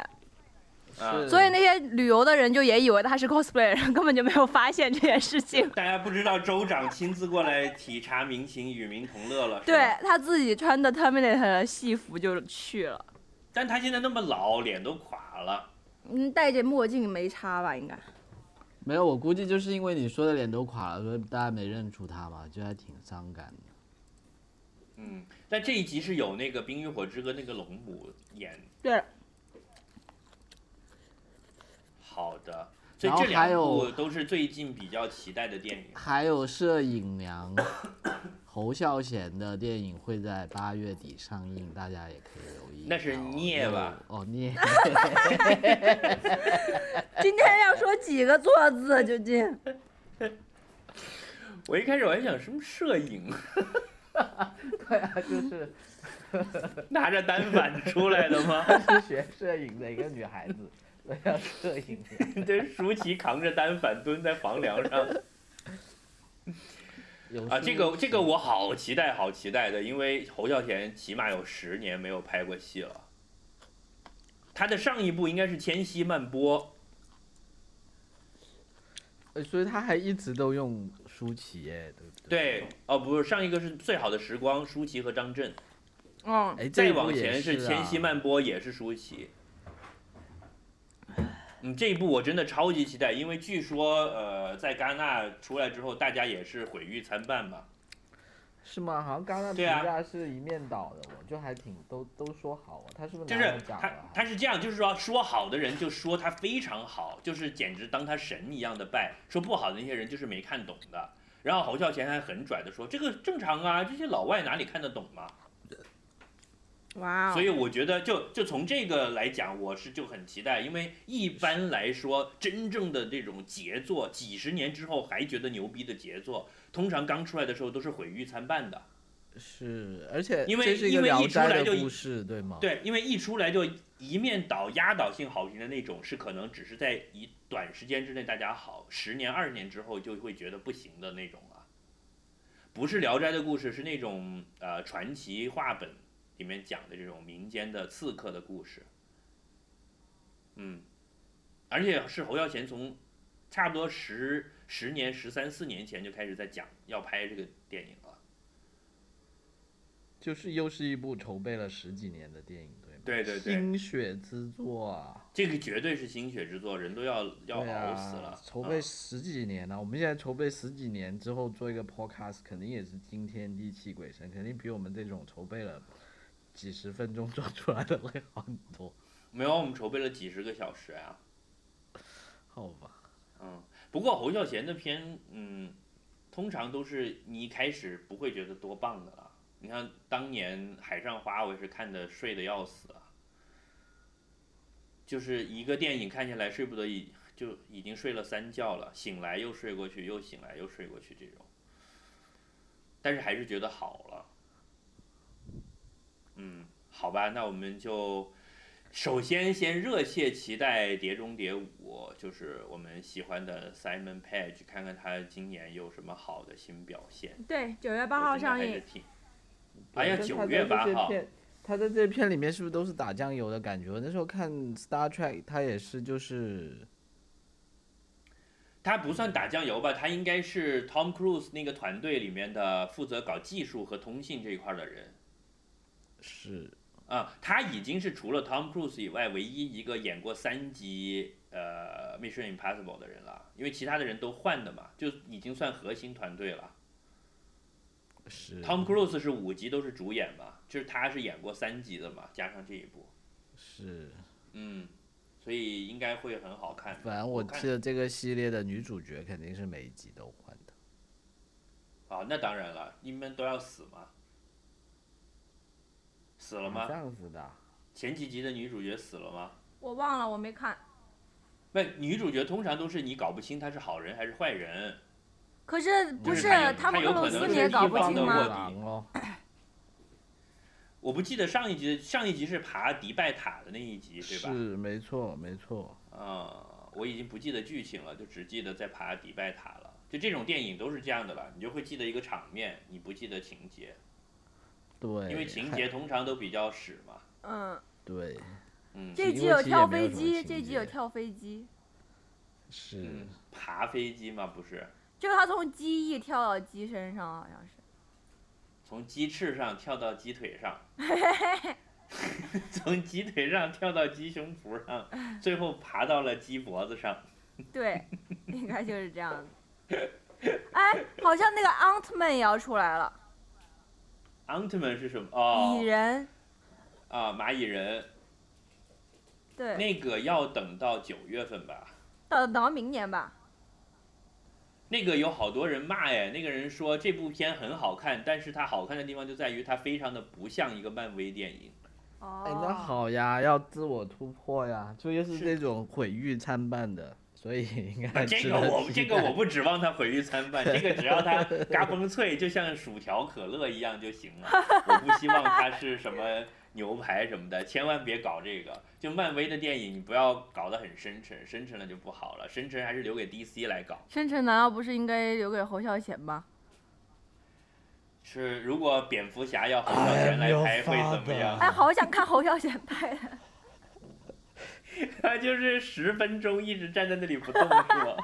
S1: 啊
S3: 是
S2: 所以那些旅游的人就也以为他是 cosplay 的人，根本就没有发现这件事情。
S1: 大家不知道州长亲自过来体察民情，与民同乐了。是吧
S2: 对，他自己穿的 Terminator 的戏服就去了，
S1: 但他现在那么老，脸都垮了。
S2: 嗯，戴着墨镜没差吧？应该
S4: 没有，我估计就是因为你说的脸都垮了，所以大家没认出他嘛，就还挺伤感的。
S1: 嗯，但这一集是有那个《冰与火之歌》那个龙母演。
S2: 对。
S1: 好的，所以
S4: 然后
S1: 这
S4: 还
S1: 两
S4: 有啊
S1: 部都是最近比较期待的电影。
S4: 还有摄影娘侯孝贤的电影会在八月底上映，大家也可以留意到。
S1: 那是聂吧
S4: 哦？哦，聂，
S2: 今天要说几个错字，究竟？
S1: 我一开始我还想什么摄影，
S3: 对啊，就是
S1: 拿着单反出来的
S4: *laughs*
S1: 吗？
S3: *laughs* 是学摄影的一个女孩子，所以要摄影娘。
S1: 这舒淇扛着单反蹲在房梁
S4: *laughs*
S1: 上
S3: 有
S1: 啊！这个这个我好期待，好期待的，因为侯孝贤起码有十年没有拍过戏了。他的上一部应该是《千禧慢播》，
S3: 呃所以他还一直都用舒淇耶，对不对？
S1: 对，哦，不是，上一个是最好的时光，舒淇和张震，
S6: 嗯，
S3: 哎，这一
S1: 再
S3: 部
S1: 往
S3: 也
S1: 前
S3: 是
S1: 千禧
S3: 啊
S1: 慢播，也是舒淇。嗯，这一部我真的超级期待，因为据说呃，在戛纳出来之后，大家也是毁誉参半嘛。
S3: 是吗？好像刚刚评
S1: 对啊
S3: 价是一面倒的，我就还挺都都说好啊，他是不
S1: 就是
S3: 拿
S1: 是
S3: 了奖
S1: 他
S3: 了？
S1: 他是这样，就是说说好的人就说他非常好，就是简直当他神一样的拜；说不好的那些人就是没看懂的。然后侯孝贤还很拽的说：“这个正常啊，这些老外哪里看得懂嘛
S2: 啊
S7: 哇？”
S1: 所以我觉得就就从这个来讲，我是就很期待，因为一般来说，真正的这种杰作，几十年之后还觉得牛逼的杰作，通常刚出来的时候都是毁誉参半的。
S3: 是，而且
S1: 因为
S3: 这是一
S1: 因
S3: 个
S1: 为一
S3: 聊
S1: 出
S3: 斋
S1: 来
S3: 的
S1: 就一
S3: 故事，对吗？
S1: 对，因为一出来就一面倒、压倒性好评的那种，是可能只是在一短时间之内大家好，十年、二十年之后就会觉得不行的那种啊。不是《聊斋》的故事，是那种呃传奇话本里面讲的这种民间的刺客的故事。嗯，而且是侯孝贤从差不多十十年、十三四年前就开始在讲要拍这个电影了。
S3: 就是又是一部筹备了十几年的电影，对吗？
S1: 对对对
S3: 心血之作啊，
S1: 这个绝对是心血之作，人都要要
S3: 对
S1: 熬死了。
S3: 啊，筹备
S1: 嗯
S3: 十几年了、我们现在筹备十几年之后做一个 podcast，肯定也是惊天地泣鬼神，肯定比我们这种筹备了几十分钟做出来的会好很多，
S1: 没有，我们筹备了几十个小时啊。
S3: 好吧？
S1: 嗯，不过侯孝贤的片，嗯，通常都是你一开始不会觉得多棒的啦。你看当年《海上花》，我也是看的睡得要死啊，就是一个电影看下来，睡不得已就已经睡了三觉了，醒来又睡过去，又醒来又睡过去这种，但是还是觉得好了。嗯，好吧，那我们就。首先，先热切期待《碟中谍五》，就是我们喜欢的 Simon Page，看看他今年有什么好的新表现。
S2: 对，九月八
S1: 我
S2: 号
S1: 真的
S2: 上
S1: 还是
S2: 映。
S1: 挺。 *laughs* 哎呀，
S3: 但
S1: 九
S3: 他在
S1: 月
S3: 这
S1: 八
S3: 些
S1: 号，
S3: 片。他在这些片里面是不是都是打酱油的感觉？我那时候看《Star Trek》，他也是就是
S1: 他不算打酱油吧，他应该是 Tom Cruise 那个团队里面的负责搞技术和通信这一块儿的人
S3: 是
S1: 啊、他已经是除了 Tom Cruise 以外唯一一个演过三集呃《Mission Impossible》的人了，因为其他的人都换的嘛，就已经算核心团队了。
S3: 是
S1: Tom Cruise 是五集都是主演嘛，就是他是演过三集的嘛，加上这一部，
S3: 是，
S1: 嗯，所以应该会很好看。
S3: 反正我
S1: 看
S3: 记得这个系列的女主角肯定是每一集都换的。
S1: 啊，那当然了，你们都要死吗？死了
S3: 这
S1: 吗？
S3: 样子的啊，
S1: 前几集的女主角死了吗？
S2: 我忘了，我没看。
S1: 那女主角通常都是你搞不清她是好人还是坏人，
S2: 可是不
S1: 就是
S2: 是
S1: 他有
S2: 汤姆
S1: 他有
S2: 克
S1: 可能
S2: 鲁斯，
S1: 是
S2: 你也搞不
S1: 一方的
S2: 清吗嗯
S1: 卧？底
S3: 哦，
S1: 我不记得上一集上一集是爬迪拜塔的那一集，对吧？
S3: 是没错没错，
S1: 啊、我已经不记得剧情了，就只记得在爬迪拜塔了。就这种电影都是这样的了，你就会记得一个场面，你不记得情节，
S3: 对，
S1: 因为情
S3: 还
S1: 节通常都比较屎嘛。
S2: 嗯，
S3: 对
S1: 嗯，
S2: 这
S3: 因
S2: 集
S3: 为
S2: 有
S3: 其实
S2: 跳
S3: 也没有什
S2: 飞
S3: 么
S2: 机，
S3: 情
S2: 这集
S3: 节
S2: 有跳飞机，
S3: 是、
S1: 嗯，爬飞机嘛，不是
S2: 就是他从机翼跳到鸡身上，好像是。
S1: 从鸡翅上跳到鸡腿
S2: *laughs*
S1: 上，从鸡腿上跳到鸡胸脯上，最后爬到了鸡脖子上。
S2: 对，
S1: *laughs*
S2: 应该就是这样子。哎，好像那个 Ant Man 也要出来了，
S1: Antman 是什么？
S2: 蚁
S1: 哦，
S2: 人，
S1: 啊，蚂蚁人，
S2: 对，
S1: 那个要等到九月份吧。
S2: 等等到明年吧。
S1: 那个有好多人骂哎，那个人说这部片很好看，但是它好看的地方就在于它非常的不像一个漫威电影。
S2: 哦，
S3: 哎，那好呀，要自我突破呀，就又是
S1: 是
S3: 这种毁誉参半的，所以应
S1: 那
S3: 该
S1: 这
S3: 值
S1: 个
S3: 得
S1: 我
S3: 期
S1: 这个
S3: 待
S1: 我不指望它毁誉参半，这个只要
S3: *laughs*
S1: 它嘎嘣脆，就像薯条、可乐一样就行了。我不希望它是什么牛排什么的，千万别搞这个。就漫威的电影，你不要搞得很深沉，深沉了就不好了，深沉还是留给 DC 来搞。
S2: 深沉难道不是应该留给侯孝贤吗？
S1: 是，如果蝙蝠侠要侯孝贤
S3: 哎
S1: 来拍会怎么样？
S2: 哎，好想看侯孝贤拍的。
S3: *laughs*
S1: 他就是十分钟一直站在那里不动，是吗？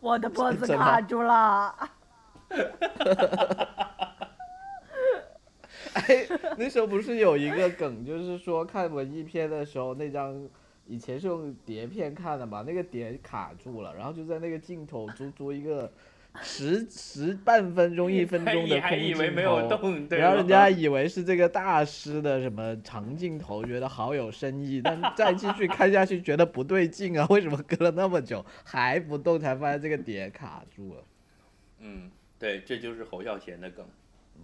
S9: 我的脖子卡住了。
S3: 哎，那时候不是有一个梗，就是说看文艺片的时候，那张以前是用碟片看的嘛，那个碟卡住了，然后就在那个镜头足足一个十十半分钟、一分钟的
S1: 你还
S3: 空
S1: 以
S3: 镜
S1: 为没有
S3: 头，
S1: 动，对
S3: 然后
S1: 吧
S3: 人家以为是这个大师的什么长镜头，觉得好有深意，
S1: *laughs*
S3: 但再继续看下去觉得不对劲啊，为什么隔了那么久还不动？才发现这个碟卡住了。
S1: 嗯，对，这就是侯孝贤的梗。嗯，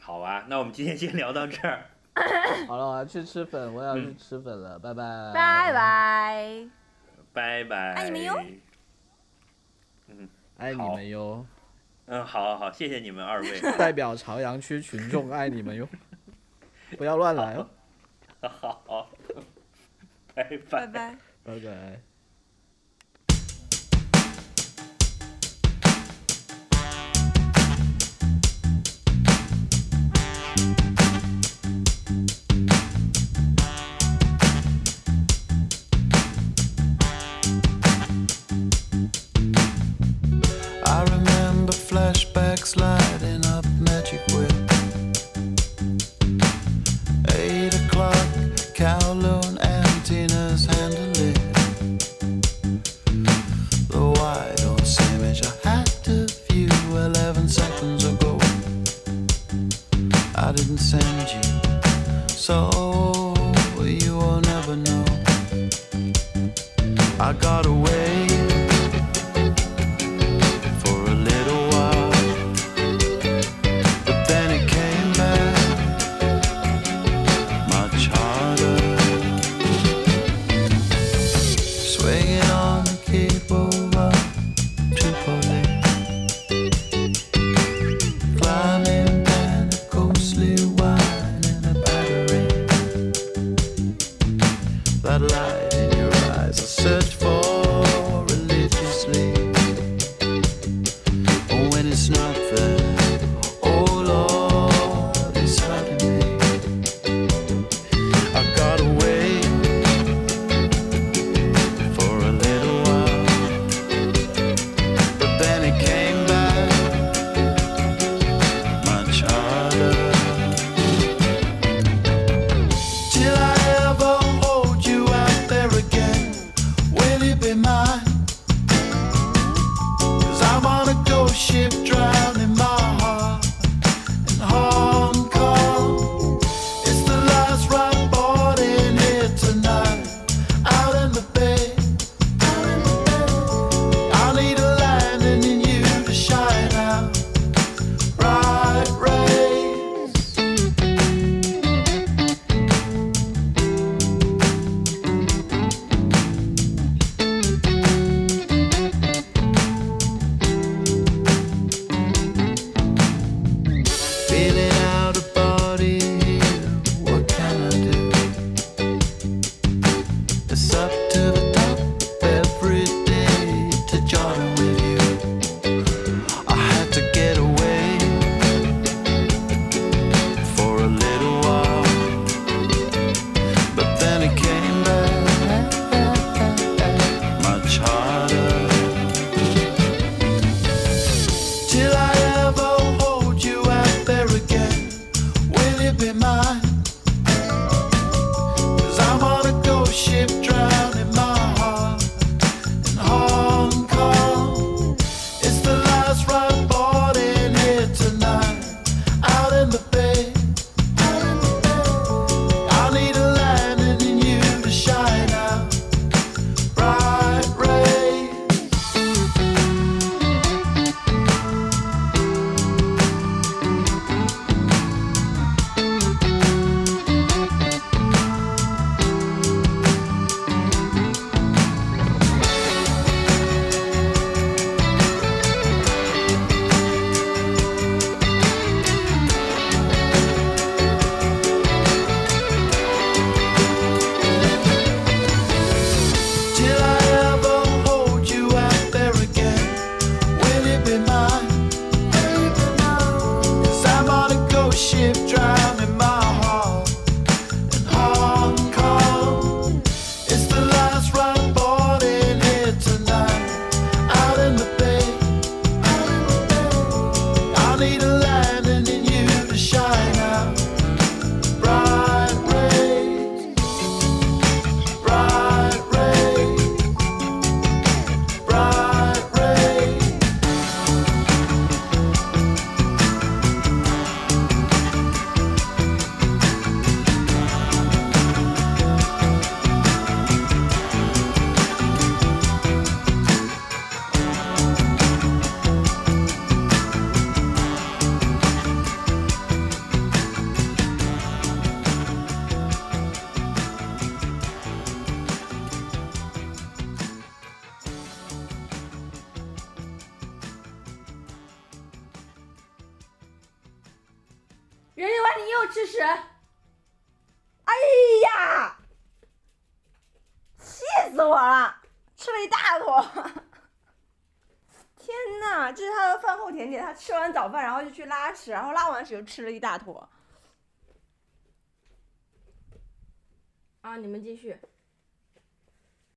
S1: 好啊，那我们今天先聊到这儿。
S3: 好了，我要去吃粉，我要去
S1: 嗯
S3: 吃粉了，拜拜，
S2: 拜，拜。
S1: 拜拜。
S2: 爱你们哟。
S3: 爱你
S1: 好
S3: 们哟。
S1: 嗯，好好好，谢谢你们二
S2: *laughs*
S1: 位。
S3: 代表朝阳区群众爱你们哟， *laughs* 不要乱来哦，
S1: 好，拜拜。
S2: 拜拜。
S3: 拜拜。
S10: I remember flashbacks lighting up Magic Whip. Eight o'clock, Kowloon and Tina's handle it. Though I don't see much, I had to view eleven seconds ago. I didn't send you, so you will never know. I got away for a little while. But then it came back much harder. Swinging on the cable up to Polly. Climbing down a ghostly wine in a battery. That light in your eyes, I search for. Oh,
S2: 人力万里又吃屎，哎呀，气死我了！吃了一大坨。 *laughs* 天呐，这是他的饭后甜点。他吃完早饭，然后就去拉屎，然后拉完屎又吃了一大坨。啊，你们继续。